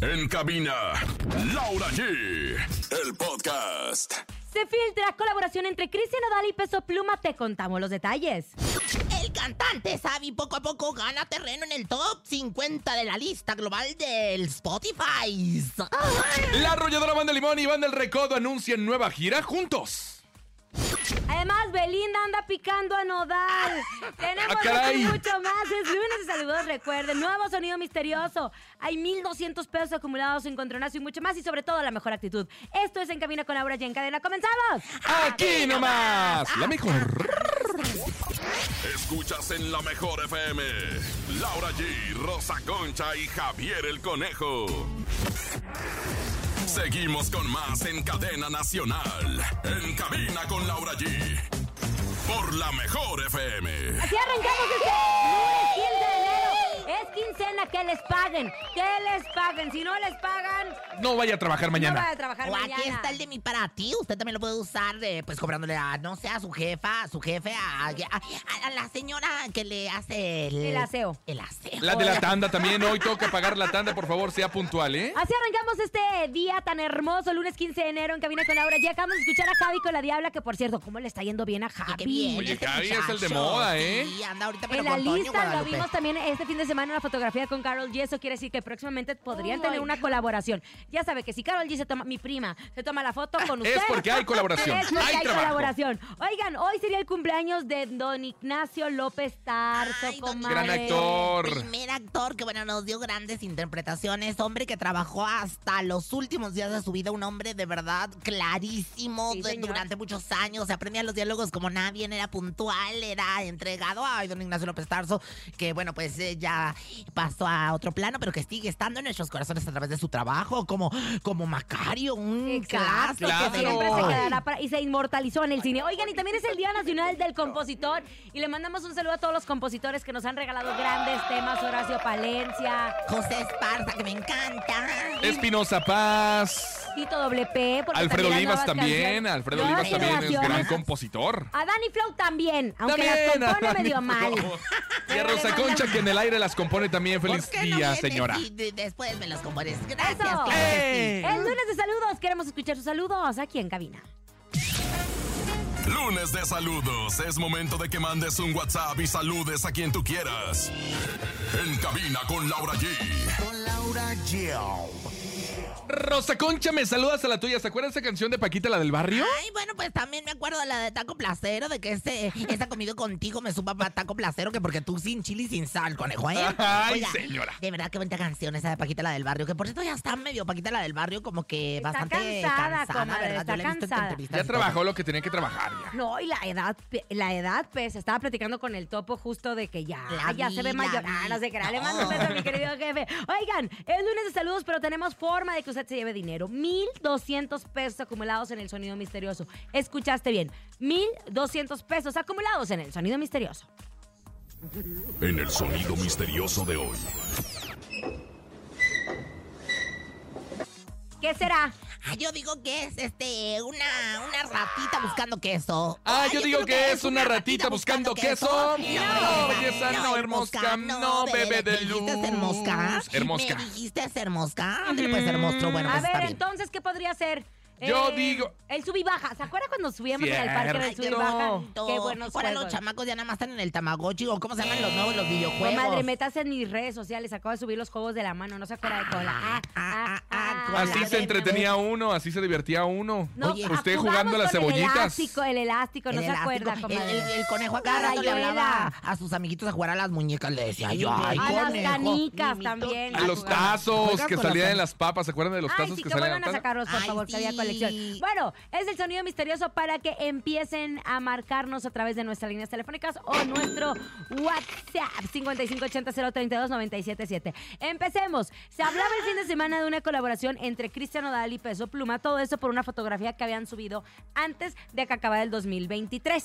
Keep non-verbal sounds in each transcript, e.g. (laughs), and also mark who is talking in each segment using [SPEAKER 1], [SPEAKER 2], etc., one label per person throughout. [SPEAKER 1] En cabina, Laura G. El podcast.
[SPEAKER 2] Se filtra colaboración entre Cristian Odal y Peso Pluma. Te contamos los detalles.
[SPEAKER 3] El cantante Xavi poco a poco gana terreno en el top 50 de la lista global del Spotify.
[SPEAKER 2] Ah,
[SPEAKER 4] La arrolladora Banda Limón y Banda El Recodo anuncian nueva gira juntos.
[SPEAKER 2] Además, Belinda anda picando a
[SPEAKER 4] (laughs)
[SPEAKER 2] Nodal. Tenemos
[SPEAKER 4] Ah, caray.
[SPEAKER 2] esto y mucho más. Es lunes de saludos, recuerden. Nuevo sonido misterioso. Hay 1,200 pesos acumulados, encontronazo y mucho más. Y sobre todo, la mejor actitud. Esto es En Cabina con Laura y en Cadena. ¡Comenzamos!
[SPEAKER 4] Aquí nomás. La mejor.
[SPEAKER 1] Escuchas en la mejor FM. Laura G, Rosa Concha y Javier el Conejo. Seguimos con más en cadena nacional. En cabina con Laura G. Por la mejor FM.
[SPEAKER 2] Así arrancamos este lunes 15 de enero. Es quincena, que les paguen. Que les paguen. Si no les pagan,
[SPEAKER 4] No vaya a trabajar
[SPEAKER 2] no van
[SPEAKER 4] mañana.
[SPEAKER 2] a trabajar
[SPEAKER 3] O
[SPEAKER 2] mañana.
[SPEAKER 3] Oh, aquí está el de mi para ti. Usted también lo puede usar, eh, pues cobrándole a, no sé, a su jefa, a su jefe, a, a- a la señora que le hace el,
[SPEAKER 2] El aseo.
[SPEAKER 3] El aseo.
[SPEAKER 4] La de la tanda también. Hoy toca pagar la tanda. Por favor, sea puntual, ¿eh?
[SPEAKER 2] Así arrancamos este día tan hermoso, lunes 15 de enero en Cabina con Laura. Ya acabamos de escuchar a Javi con la Diabla, que por cierto, ¿cómo le está yendo bien a
[SPEAKER 3] Y
[SPEAKER 2] Javi?
[SPEAKER 3] qué bien
[SPEAKER 4] Oye,
[SPEAKER 3] este
[SPEAKER 4] Javi es el de
[SPEAKER 3] muchacho.
[SPEAKER 4] moda, ¿eh?
[SPEAKER 3] Sí, anda ahorita pero
[SPEAKER 2] En la
[SPEAKER 3] con Toño
[SPEAKER 2] lista lo
[SPEAKER 3] Guadalupe.
[SPEAKER 2] vimos también este fin de semana una fotografía con Carol G. Eso quiere decir que próximamente podrían tener una colaboración. Ya sabe que si Carol G se toma, mi prima, se toma la foto con
[SPEAKER 4] (laughs) Es
[SPEAKER 2] usted.
[SPEAKER 4] porque hay colaboración.
[SPEAKER 2] Es porque
[SPEAKER 4] Hay
[SPEAKER 2] hay
[SPEAKER 4] trabajo.
[SPEAKER 2] colaboración. Oigan, hoy sería el cumpleaños de don Ignacio López Tarso,
[SPEAKER 3] Ay, don
[SPEAKER 2] comadre.
[SPEAKER 4] Gran actor.
[SPEAKER 2] Pues,
[SPEAKER 3] Primer actor que, bueno, nos dio grandes interpretaciones. Hombre que trabajó hasta los últimos días de su vida. Un hombre de verdad clarísimo
[SPEAKER 2] Sí,
[SPEAKER 3] de-
[SPEAKER 2] señor.
[SPEAKER 3] durante muchos años. Se aprendía los diálogos como nadie. Era puntual, era entregado. Ay, don Ignacio López Tarso, que bueno, pues eh, ya pasó a otro plano, pero que sigue estando en nuestros corazones a través de su trabajo. Como, como Macario, un
[SPEAKER 2] Exacto, que
[SPEAKER 4] Claro.
[SPEAKER 3] clásico de
[SPEAKER 2] siempre se
[SPEAKER 3] Ay,
[SPEAKER 2] quedará para- y se inmortalizó en el cine. Oigan, y también es el Día Nacional del Compositor. Y le mandamos un saludo a todos los compositores que nos han regalado grandes temas. Horacio Palencia,
[SPEAKER 3] José Esparza, que me encanta.
[SPEAKER 4] Espinosa Paz.
[SPEAKER 2] Tito Doble P. porque
[SPEAKER 4] Alfredo
[SPEAKER 2] también hay
[SPEAKER 4] Olivas
[SPEAKER 2] nuevas
[SPEAKER 4] también.
[SPEAKER 2] canciones.
[SPEAKER 4] Alfredo
[SPEAKER 2] Nuevas
[SPEAKER 4] Olivas también es
[SPEAKER 2] generaciones.
[SPEAKER 4] gran compositor.
[SPEAKER 2] A Danny Flow también, aunque
[SPEAKER 4] También,
[SPEAKER 2] las compone
[SPEAKER 4] Adán y (laughs)
[SPEAKER 2] medio
[SPEAKER 4] Flor.
[SPEAKER 2] mal.
[SPEAKER 4] Y a
[SPEAKER 2] Pero le
[SPEAKER 4] Rosa Concha,
[SPEAKER 2] mandamos-
[SPEAKER 4] que en el aire las compone también. Feliz
[SPEAKER 3] ¿Por qué no
[SPEAKER 4] día,
[SPEAKER 3] vienes
[SPEAKER 4] señora. ¡Eh!
[SPEAKER 3] y de- después me los compones. Gracias,
[SPEAKER 2] Eso.
[SPEAKER 3] claro que sí.
[SPEAKER 2] El lunes de saludos, queremos escuchar sus saludos aquí en cabina.
[SPEAKER 1] Lunes de saludos. Es momento de que mandes un WhatsApp y saludes a quien tú quieras. En cabina con Laura G.
[SPEAKER 4] Rosa Concha, me saludas a la tuya. ¿Se acuerdan de esa canción de Paquita, la del barrio?
[SPEAKER 3] Ay, bueno, pues también me acuerdo de la de Taco Placero, de que ese, esa comida contigo me supa para Taco Placero, que porque tú sin chili y sin sal, conejo, ¿eh?
[SPEAKER 4] (laughs) Ay, señora.
[SPEAKER 3] De verdad, qué bonita canción esa de Paquita la del barrio, que por cierto ya está medio Paquita la del barrio, como que
[SPEAKER 2] Está
[SPEAKER 3] bastante
[SPEAKER 2] cansada,
[SPEAKER 3] cansada,
[SPEAKER 2] comadre,
[SPEAKER 3] ¿verdad?
[SPEAKER 2] está
[SPEAKER 3] Yo la he visto en
[SPEAKER 2] cansada.
[SPEAKER 3] entrevistas
[SPEAKER 4] Ya
[SPEAKER 3] y todo.
[SPEAKER 4] trabajó lo que tenía que trabajar. ya.
[SPEAKER 2] No, y la edad, pe- la edad, pues, estaba platicando con el topo justo de que ya,
[SPEAKER 3] La
[SPEAKER 2] ya se ve
[SPEAKER 3] vida,
[SPEAKER 2] mayor.
[SPEAKER 3] vida.
[SPEAKER 2] Ah, no sé qué, le mando un
[SPEAKER 3] No.
[SPEAKER 2] beso a mi querido jefe. Oigan, es lunes de saludos, pero tenemos forma de que usted se lleve dinero. 1,200 pesos acumulados en el sonido misterioso. Escuchaste bien, 1,200 pesos acumulados en el sonido misterioso.
[SPEAKER 1] En el sonido misterioso de hoy.
[SPEAKER 2] ¿Qué será?
[SPEAKER 3] Ah, yo digo que es este una, una ratita buscando queso.
[SPEAKER 4] Ah,
[SPEAKER 3] Ay,
[SPEAKER 4] yo digo que es una ratita buscando queso. No, belleza no, hermosca, no, bebé de
[SPEAKER 3] ¿Me dijiste hermosca?
[SPEAKER 4] luz. Hermosca.
[SPEAKER 3] ¿Me dijiste hermosca? Ándale, pues, hermoso. Bueno,
[SPEAKER 2] Mm, A
[SPEAKER 3] pues, está
[SPEAKER 2] ver,
[SPEAKER 3] bien.
[SPEAKER 2] entonces, ¿qué podría ser? Eh,
[SPEAKER 4] Yo digo-
[SPEAKER 2] El sub y baja. ¿Se acuerda cuando subíamos en el parque del
[SPEAKER 3] Ay,
[SPEAKER 2] sub y
[SPEAKER 3] qué
[SPEAKER 2] baja?
[SPEAKER 3] bonito.
[SPEAKER 2] Qué buenos
[SPEAKER 3] Ahora
[SPEAKER 2] juegos.
[SPEAKER 3] los chamacos ya nada más están en el Tamagotchi o cómo se llaman los nuevos, los videojuegos.
[SPEAKER 2] Comadre, metas en mis redes sociales. Acabo de subir los juegos de la mano. No se acuerda de cola. Ah, ah, ah,
[SPEAKER 3] Hola,
[SPEAKER 4] Así se
[SPEAKER 3] de
[SPEAKER 4] entretenía uno, así se divertía uno.
[SPEAKER 3] Oye,
[SPEAKER 4] usted
[SPEAKER 2] jugamos
[SPEAKER 4] jugando a las
[SPEAKER 2] con El
[SPEAKER 4] cebollitas.
[SPEAKER 2] elástico, el elástico.
[SPEAKER 3] El
[SPEAKER 2] no se
[SPEAKER 3] elástico.
[SPEAKER 2] acuerda, comadre.
[SPEAKER 3] El, el- el conejo a cada
[SPEAKER 2] La
[SPEAKER 3] rato le
[SPEAKER 2] rayuela.
[SPEAKER 3] hablaba a sus amiguitos a jugar a las muñecas. Le decía, yo, ay,
[SPEAKER 2] a las
[SPEAKER 3] conejo.
[SPEAKER 2] canicas
[SPEAKER 3] Mimito.
[SPEAKER 2] también.
[SPEAKER 4] A los
[SPEAKER 2] jugamos.
[SPEAKER 4] tazos
[SPEAKER 3] Juegas
[SPEAKER 4] que
[SPEAKER 3] con los
[SPEAKER 4] salían en
[SPEAKER 3] tazos.
[SPEAKER 4] las papas. ¿Se acuerdan de los
[SPEAKER 2] Ay,
[SPEAKER 4] tazos
[SPEAKER 2] sí,
[SPEAKER 4] que
[SPEAKER 2] que
[SPEAKER 4] salían en
[SPEAKER 2] vuelvan
[SPEAKER 4] las
[SPEAKER 2] a
[SPEAKER 4] papas?
[SPEAKER 2] sacarlos, por
[SPEAKER 3] Ay,
[SPEAKER 2] favor, que había
[SPEAKER 3] sí.
[SPEAKER 2] colección. Bueno, es el sonido misterioso para que empiecen a marcarnos a través de nuestras líneas telefónicas o nuestro WhatsApp 5580-032-977. Empecemos. Se hablaba el fin de semana de una colaboración entre Cristian Odal y Peso Pluma, todo eso por una fotografía que habían subido antes de que acabara el 2023.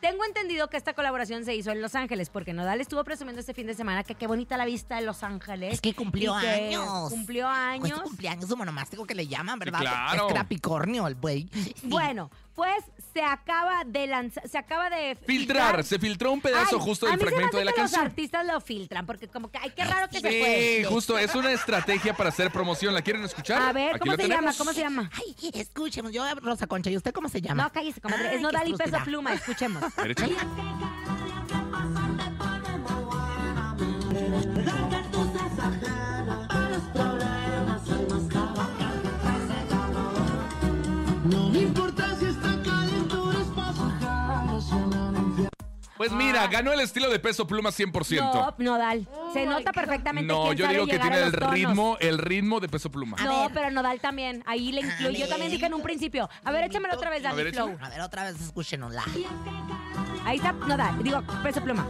[SPEAKER 2] Tengo entendido que esta colaboración se hizo en Los Ángeles, porque Nodal estuvo presumiendo este fin de semana que qué bonita la vista de Los Ángeles.
[SPEAKER 3] Es que cumplió
[SPEAKER 2] y que
[SPEAKER 3] años.
[SPEAKER 2] Cumplió
[SPEAKER 3] Con este su
[SPEAKER 2] años.
[SPEAKER 3] cumpleaños, su monomástico que le llaman, ¿verdad?
[SPEAKER 2] (laughs)
[SPEAKER 4] claro.
[SPEAKER 3] Es Capricornio, el güey. Sí.
[SPEAKER 2] Bueno, pues se acaba de lanzar, se acaba de
[SPEAKER 4] Filtrar, se filtró un pedazo
[SPEAKER 2] Ay,
[SPEAKER 4] justo
[SPEAKER 2] a
[SPEAKER 4] del
[SPEAKER 2] mí se me
[SPEAKER 4] fragmento
[SPEAKER 2] hace
[SPEAKER 4] de la
[SPEAKER 2] que Los
[SPEAKER 4] canción.
[SPEAKER 2] artistas lo filtran porque como que ay qué raro que se
[SPEAKER 4] Sí,
[SPEAKER 2] fue.
[SPEAKER 4] justo, es una estrategia para hacer promoción. ¿La quieren escuchar?
[SPEAKER 2] A ver,
[SPEAKER 4] Aquí
[SPEAKER 2] ¿cómo
[SPEAKER 4] la
[SPEAKER 2] se llama?
[SPEAKER 4] tenemos.
[SPEAKER 2] ¿Cómo se llama?
[SPEAKER 3] Ay, escuchemos, yo Rosa Concha, ¿y usted cómo se llama?
[SPEAKER 2] No, cállese, comadre.
[SPEAKER 3] Ay,
[SPEAKER 2] es no
[SPEAKER 3] qué
[SPEAKER 2] Dali peso
[SPEAKER 3] frustra.
[SPEAKER 2] pluma, escuchemos.
[SPEAKER 4] Derecha.
[SPEAKER 5] No me importa si esta calentura es pa' sacar, suena un infierno.
[SPEAKER 4] Pues mira, ganó el estilo de peso pluma 100%.
[SPEAKER 2] Ah. No, Nodal. Se nota perfectamente
[SPEAKER 4] No,
[SPEAKER 2] quién
[SPEAKER 4] yo
[SPEAKER 2] sabe
[SPEAKER 4] digo que
[SPEAKER 2] llegar a
[SPEAKER 4] tiene el
[SPEAKER 2] los tonos. Ah,
[SPEAKER 4] ritmo, el ritmo de peso pluma.
[SPEAKER 3] A
[SPEAKER 2] No,
[SPEAKER 3] ver.
[SPEAKER 2] pero Nodal también. Ahí le incluyo. Yo
[SPEAKER 3] ver.
[SPEAKER 2] también dije en un principio. A ver, échamelo otra vez,
[SPEAKER 4] A
[SPEAKER 2] Dali
[SPEAKER 4] ver,
[SPEAKER 2] Flow.
[SPEAKER 3] A ver, otra vez escúchenosla.
[SPEAKER 2] Ahí está Nodal. Digo, peso pluma.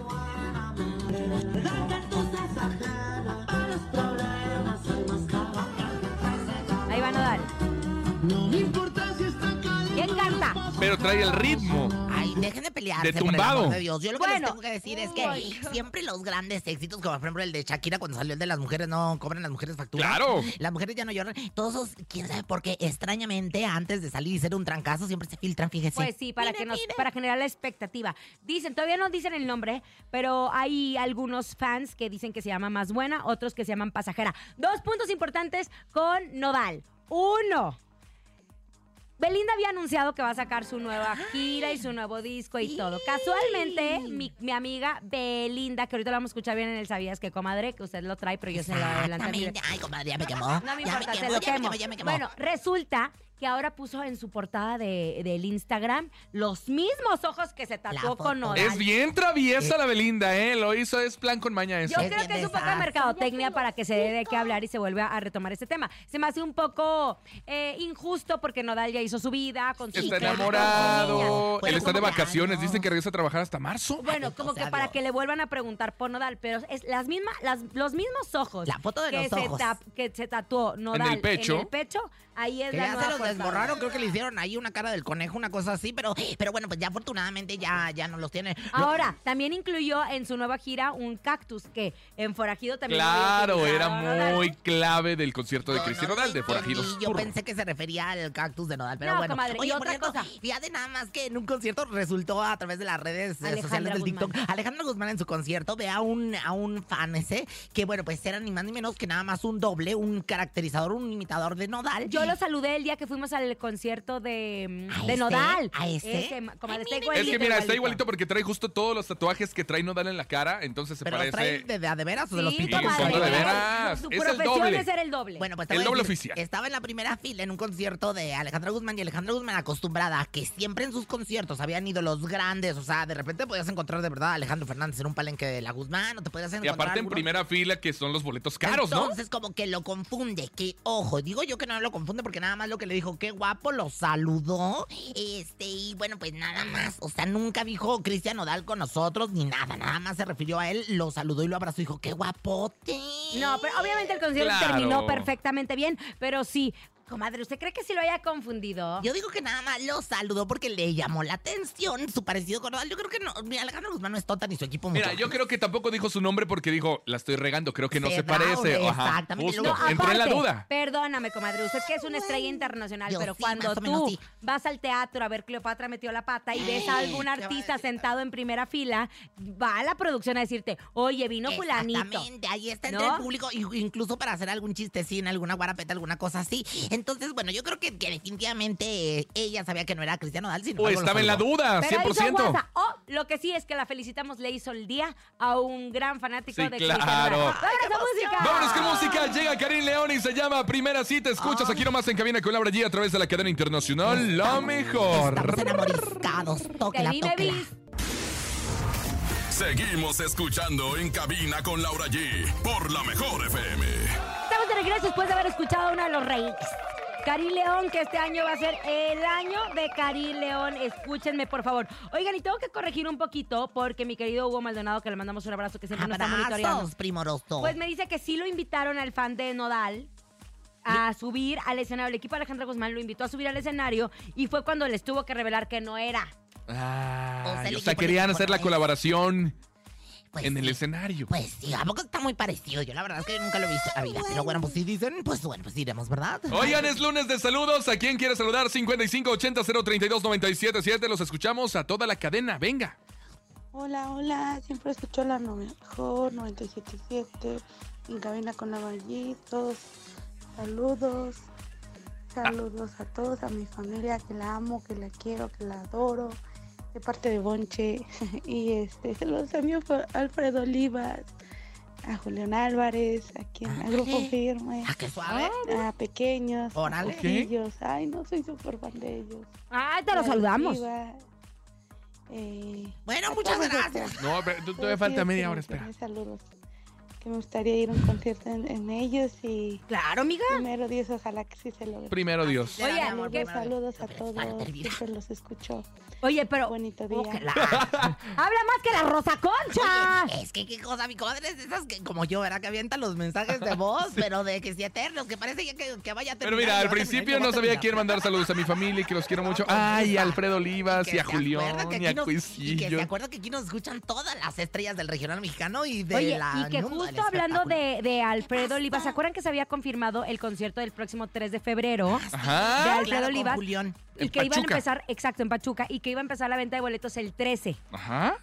[SPEAKER 2] Ahí va Nodal.
[SPEAKER 5] No me importa si esta calentura
[SPEAKER 2] ¿Quién canta?
[SPEAKER 4] Pero trae el ritmo.
[SPEAKER 3] Ay, dejen de pelearse,
[SPEAKER 4] De
[SPEAKER 3] por el
[SPEAKER 4] tumbado.
[SPEAKER 3] amor de Dios. Yo lo que
[SPEAKER 2] Bueno.
[SPEAKER 3] les tengo que decir es que siempre los grandes éxitos, como por ejemplo el de Shakira cuando salió el de las mujeres, no cobran las mujeres facturas.
[SPEAKER 4] Claro.
[SPEAKER 3] Las mujeres ya no lloran. Todos esos, quién sabe por qué, extrañamente, antes de salir y ser un trancazo, siempre se filtran, fíjese.
[SPEAKER 2] Pues sí, para,
[SPEAKER 3] Mire,
[SPEAKER 2] que nos,
[SPEAKER 3] mire.
[SPEAKER 2] para generar la expectativa. Dicen, todavía no dicen el nombre, pero hay algunos fans que dicen que se llama Más Buena, otros que se llaman Pasajera. Dos puntos importantes con Nodal. Uno. Belinda había anunciado que va a sacar su nueva gira y su nuevo disco y
[SPEAKER 3] Sí.
[SPEAKER 2] todo. Casualmente, mi, mi amiga Belinda, que ahorita la vamos a escuchar bien en el Sabías que comadre, que usted lo trae, pero yo se lo adelanto. mire.
[SPEAKER 3] Exactamente. Ay, compadre, ya me quemó.
[SPEAKER 2] No me
[SPEAKER 3] Ah, ya
[SPEAKER 2] importa,
[SPEAKER 3] me
[SPEAKER 2] se
[SPEAKER 3] quemó,
[SPEAKER 2] lo
[SPEAKER 3] ya me
[SPEAKER 2] quemo.
[SPEAKER 3] quemó, ya me quemó.
[SPEAKER 2] Bueno, resulta que ahora puso en su portada de, del Instagram los mismos ojos que se tatuó
[SPEAKER 3] foto.
[SPEAKER 2] con Nodal.
[SPEAKER 4] Es bien traviesa la Belinda, ¿eh? Lo hizo, es plan con maña
[SPEAKER 2] Yo
[SPEAKER 4] eso.
[SPEAKER 3] Es
[SPEAKER 2] creo
[SPEAKER 3] bien
[SPEAKER 2] que es un poco de
[SPEAKER 3] desastre.
[SPEAKER 2] mercadotecnia para que se dé de qué hablar y se vuelva a retomar este tema. Se me hace un poco eh, injusto porque Nodal ya hizo su vida con sus
[SPEAKER 4] Está
[SPEAKER 3] claro.
[SPEAKER 4] enamorado,
[SPEAKER 3] Pues,
[SPEAKER 4] él está de
[SPEAKER 3] ¿cómo que
[SPEAKER 4] vacaciones,
[SPEAKER 3] no?
[SPEAKER 4] dicen que regresa a trabajar hasta marzo.
[SPEAKER 2] Bueno,
[SPEAKER 3] Ay,
[SPEAKER 2] como
[SPEAKER 3] o
[SPEAKER 2] que
[SPEAKER 3] sea,
[SPEAKER 2] para
[SPEAKER 3] Dios.
[SPEAKER 2] que le vuelvan a preguntar por Nodal, pero es las mismas, las, los mismos ojos.
[SPEAKER 3] La foto de
[SPEAKER 2] que
[SPEAKER 3] los
[SPEAKER 2] se
[SPEAKER 3] ojos.
[SPEAKER 2] tap- que se tatuó Nodal
[SPEAKER 4] pecho.
[SPEAKER 2] pecho, ahí es
[SPEAKER 3] Que
[SPEAKER 2] la
[SPEAKER 3] ya se
[SPEAKER 2] nueva
[SPEAKER 3] los
[SPEAKER 2] portada.
[SPEAKER 3] desborraron, creo que le hicieron ahí una cara del conejo, una cosa así, pero, pero bueno, pues ya afortunadamente ya, ya no los tiene. Lo-
[SPEAKER 2] Ahora, también incluyó en su nueva gira un cactus que en Forajido también. lo había
[SPEAKER 4] Claro, era
[SPEAKER 2] utilizado, ¿verdad?
[SPEAKER 4] muy clave del concierto de
[SPEAKER 3] No,
[SPEAKER 4] Cristian
[SPEAKER 3] no lo
[SPEAKER 4] Nodal, de Forajidos.
[SPEAKER 3] entendí. Yo
[SPEAKER 4] Tour.
[SPEAKER 3] pensé que se refería al cactus de Nodal, pero
[SPEAKER 2] No,
[SPEAKER 3] bueno.
[SPEAKER 2] comadre, y
[SPEAKER 3] por
[SPEAKER 2] otra
[SPEAKER 3] cierto,
[SPEAKER 2] cosa.
[SPEAKER 3] Fíjate nada más que en un concierto resultó a través de las redes eh, sociales
[SPEAKER 2] Alejandra
[SPEAKER 3] del
[SPEAKER 2] Guzmán.
[SPEAKER 3] TikTok. Alejandro Guzmán en su concierto ve a un, a un fan ese que, bueno, pues era ni más ni menos que nada más un doble, un caracterizador, un imitador de Nodal.
[SPEAKER 2] Yo lo saludé el día que fuimos al concierto de, mm,
[SPEAKER 3] ¿A
[SPEAKER 2] de
[SPEAKER 3] ese?
[SPEAKER 2] Nodal.
[SPEAKER 3] ¿A ese?
[SPEAKER 2] ma- comadre,
[SPEAKER 3] Ay,
[SPEAKER 2] está
[SPEAKER 3] mira,
[SPEAKER 2] igualito,
[SPEAKER 4] Es que mira, está igualito porque trae justo todos los tatuajes que trae Nodal en la cara, entonces se
[SPEAKER 3] pero los trae
[SPEAKER 4] parece.
[SPEAKER 3] de, de a de veras o de los
[SPEAKER 2] Sí,
[SPEAKER 4] pitos,
[SPEAKER 2] comadre,
[SPEAKER 4] son de
[SPEAKER 2] pero
[SPEAKER 4] veras,
[SPEAKER 2] Su
[SPEAKER 4] es el
[SPEAKER 2] profesión
[SPEAKER 4] doble.
[SPEAKER 2] es ser el doble.
[SPEAKER 3] Bueno, pues te
[SPEAKER 4] El
[SPEAKER 3] voy a
[SPEAKER 4] doble
[SPEAKER 3] decir,
[SPEAKER 4] oficial.
[SPEAKER 3] Estaba en la primera fila en un concierto de Alejandra Guzmán y Alejandra Guzmán acostumbrada a que siempre en sus conciertos habían ido los grandes. O sea, de repente podías encontrar de verdad a Alejandro Fernández en un palenque de la Guzmán o te podías
[SPEAKER 4] Y
[SPEAKER 3] encontrar.
[SPEAKER 4] aparte en
[SPEAKER 3] alguno-
[SPEAKER 4] primera fila, que son los boletos caros, ¿no?
[SPEAKER 3] Entonces, como que lo confunde, que ojo, digo yo que no lo confunde porque nada más lo que le dijo, qué guapo, lo saludó. Este, y bueno, pues nada más. O sea, nunca dijo Cristian Odal con nosotros ni nada. Nada más se refirió a él, lo saludó y lo abrazó y dijo, qué guapote.
[SPEAKER 2] No, pero obviamente el concierto
[SPEAKER 4] Claro.
[SPEAKER 2] terminó perfectamente bien, pero sí. Comadre, ¿usted cree que sí lo haya confundido?
[SPEAKER 3] Yo digo que nada más lo saludó porque le llamó la atención su parecido con Odal. Yo creo que no. Mira, Alejandro Guzmán no es tonta ni su equipo.
[SPEAKER 4] Mira,
[SPEAKER 3] mucho
[SPEAKER 4] yo creo que tampoco dijo su nombre porque dijo, la estoy regando, creo que no
[SPEAKER 3] Se
[SPEAKER 4] se
[SPEAKER 3] da,
[SPEAKER 4] parece.
[SPEAKER 3] hombre,
[SPEAKER 4] Ajá,
[SPEAKER 3] exactamente.
[SPEAKER 4] justo.
[SPEAKER 3] No,
[SPEAKER 4] Entré en la
[SPEAKER 2] aparte,
[SPEAKER 4] duda.
[SPEAKER 2] Perdóname, comadre, usted que es una estrella internacional,
[SPEAKER 3] Yo
[SPEAKER 2] pero
[SPEAKER 3] sí,
[SPEAKER 2] cuando
[SPEAKER 3] más o
[SPEAKER 2] tú
[SPEAKER 3] menos sí.
[SPEAKER 2] vas al teatro a ver Cleopatra metió la pata y ves a
[SPEAKER 3] Ay,
[SPEAKER 2] algún
[SPEAKER 3] qué
[SPEAKER 2] artista
[SPEAKER 3] barbaridad.
[SPEAKER 2] sentado en primera fila, va a la producción a decirte, oye, vino fulanito.
[SPEAKER 3] Exactamente, ahí está entre
[SPEAKER 2] ¿No?
[SPEAKER 3] el público, i- incluso para hacer algún chistecín, alguna guarapeta, alguna cosa así. Entonces, bueno, yo creo que, que definitivamente eh, ella sabía que no era Cristiano Dal,
[SPEAKER 4] O estaba en la duda,
[SPEAKER 2] Pero hizo
[SPEAKER 4] 100%.
[SPEAKER 2] guasa. O lo que sí es que la felicitamos, le hizo el día a un gran fanático
[SPEAKER 4] Sí,
[SPEAKER 2] de
[SPEAKER 4] claro.
[SPEAKER 2] Cristian Nodal.
[SPEAKER 4] Ay,
[SPEAKER 2] ¡Vámonos a música!
[SPEAKER 4] Vámonos con música. Llega Karim León y se llama Primera Cita. Escuchas aquí nomás en cabina con Laura G a través de la cadena internacional. Lo
[SPEAKER 3] Estamos
[SPEAKER 4] mejor.
[SPEAKER 3] enamoriscados,
[SPEAKER 2] Te
[SPEAKER 3] tóquela,
[SPEAKER 2] vi, me
[SPEAKER 3] tóquela.
[SPEAKER 2] vis.
[SPEAKER 1] Seguimos escuchando en cabina con Laura G por la mejor FM.
[SPEAKER 2] Estamos de regreso después de haber escuchado a uno de los reyes. Cari León, que este año va a ser el año de Cari León. Escúchenme, por favor. Oigan, y tengo que corregir un poquito porque mi querido Hugo Maldonado, que le mandamos un abrazo, que siempre nos está monitoreando.
[SPEAKER 3] Abrazos, primoroso.
[SPEAKER 2] Pues me dice que sí lo invitaron al fan de Nodal a subir al escenario. El equipo de Alejandra Guzmán lo invitó a subir al escenario y fue cuando les tuvo que revelar que no era.
[SPEAKER 4] Ah,
[SPEAKER 3] O sea, el
[SPEAKER 4] o sea,
[SPEAKER 3] equipo
[SPEAKER 4] querían
[SPEAKER 3] de-
[SPEAKER 4] hacer
[SPEAKER 3] bueno,
[SPEAKER 4] la
[SPEAKER 3] es-
[SPEAKER 4] colaboración.
[SPEAKER 3] Pues
[SPEAKER 4] en el
[SPEAKER 3] sí.
[SPEAKER 4] escenario.
[SPEAKER 3] Pues sí, ¿a poco está muy parecido? Yo la verdad es que nunca lo he visto en la vida. Pero bueno, pues si dicen, pues bueno, pues iremos, ¿verdad?
[SPEAKER 4] Oigan, es lunes de saludos. ¿A quién quiere saludar? 5580-032-977. Los escuchamos a toda la cadena. Venga.
[SPEAKER 6] Hola, hola, siempre escucho la no mejor, 977, en cabina con la Vallitos. Saludos, saludos a todos, a mi familia que la amo, que la quiero, que la adoro, de parte de Bonche. (laughs) y este, saludos a mi Alf- Alfredo Olivas, a Julián Álvarez, a quien al grupo
[SPEAKER 3] Ándale.
[SPEAKER 6] firme,
[SPEAKER 3] Ah, qué suave.
[SPEAKER 6] a pequeños, a
[SPEAKER 3] Órale.
[SPEAKER 4] Ok.
[SPEAKER 6] Pequeños. Ay, no soy súper fan de ellos.
[SPEAKER 2] Ay, Ah, te lo
[SPEAKER 6] Ay,
[SPEAKER 2] saludamos.
[SPEAKER 6] Diva. Eh,
[SPEAKER 3] Bueno,
[SPEAKER 6] a
[SPEAKER 3] muchas
[SPEAKER 6] todos
[SPEAKER 3] gracias.
[SPEAKER 6] ustedes.
[SPEAKER 4] No, pero tú- todavía
[SPEAKER 6] Ustedes
[SPEAKER 4] falta
[SPEAKER 6] que
[SPEAKER 4] media
[SPEAKER 6] me
[SPEAKER 4] hora, espera.
[SPEAKER 6] tienen Saludos. Que me gustaría ir a un concierto en, en ellos y
[SPEAKER 2] Claro, amiga.
[SPEAKER 6] primero Dios, ojalá que sí se logre.
[SPEAKER 4] Primero Dios.
[SPEAKER 2] Oye, ¿qué-
[SPEAKER 6] Saludos, saludos a
[SPEAKER 3] Pero está
[SPEAKER 2] (laughs)
[SPEAKER 6] todos.
[SPEAKER 3] perdida.
[SPEAKER 6] Siempre los escucho.
[SPEAKER 2] Oye, pero oh,
[SPEAKER 6] Bonito día.
[SPEAKER 3] Ojalá.
[SPEAKER 6] (laughs)
[SPEAKER 3] Oye,
[SPEAKER 2] habla más que la Rosa Concha.
[SPEAKER 3] Es que qué cosa, mi comadre, es de esas que como yo, ¿verdad? Que avientan los mensajes de
[SPEAKER 4] (laughs)
[SPEAKER 3] voz, pero de que si eternos, que parece ya que, que vaya a
[SPEAKER 4] Pero
[SPEAKER 3] terminar.
[SPEAKER 4] mira, al
[SPEAKER 3] que va a
[SPEAKER 4] principio
[SPEAKER 3] terminar, que
[SPEAKER 4] no
[SPEAKER 3] va a terminar. pues,
[SPEAKER 4] sabía quién mandar saludos a mi familia y que los quiero mucho. Ay, a Alfredo Olivas y a
[SPEAKER 3] se acuerdan
[SPEAKER 4] Julián
[SPEAKER 3] que
[SPEAKER 4] y a
[SPEAKER 3] aquí nos- Y que se
[SPEAKER 4] Cuisillo.
[SPEAKER 3] acuerdan que aquí nos escuchan todas las estrellas del regional mexicano y de
[SPEAKER 2] Oye,
[SPEAKER 3] la.
[SPEAKER 2] y que
[SPEAKER 3] mundo del
[SPEAKER 2] justo hablando
[SPEAKER 3] espectáculo.
[SPEAKER 2] de, de Alfredo Olivas, ¿se acuerdan que se había confirmado el concierto del próximo 3 de febrero?
[SPEAKER 4] Ajá.
[SPEAKER 2] de
[SPEAKER 3] Ah,
[SPEAKER 2] Alfredo
[SPEAKER 3] claro, con
[SPEAKER 2] Olivas.
[SPEAKER 3] Julián.
[SPEAKER 2] Y
[SPEAKER 4] En
[SPEAKER 2] que iban a
[SPEAKER 4] Pachuca.
[SPEAKER 2] empezar, exacto, en Pachuca, y que iba a empezar la venta de boletos el 13
[SPEAKER 4] Ajá.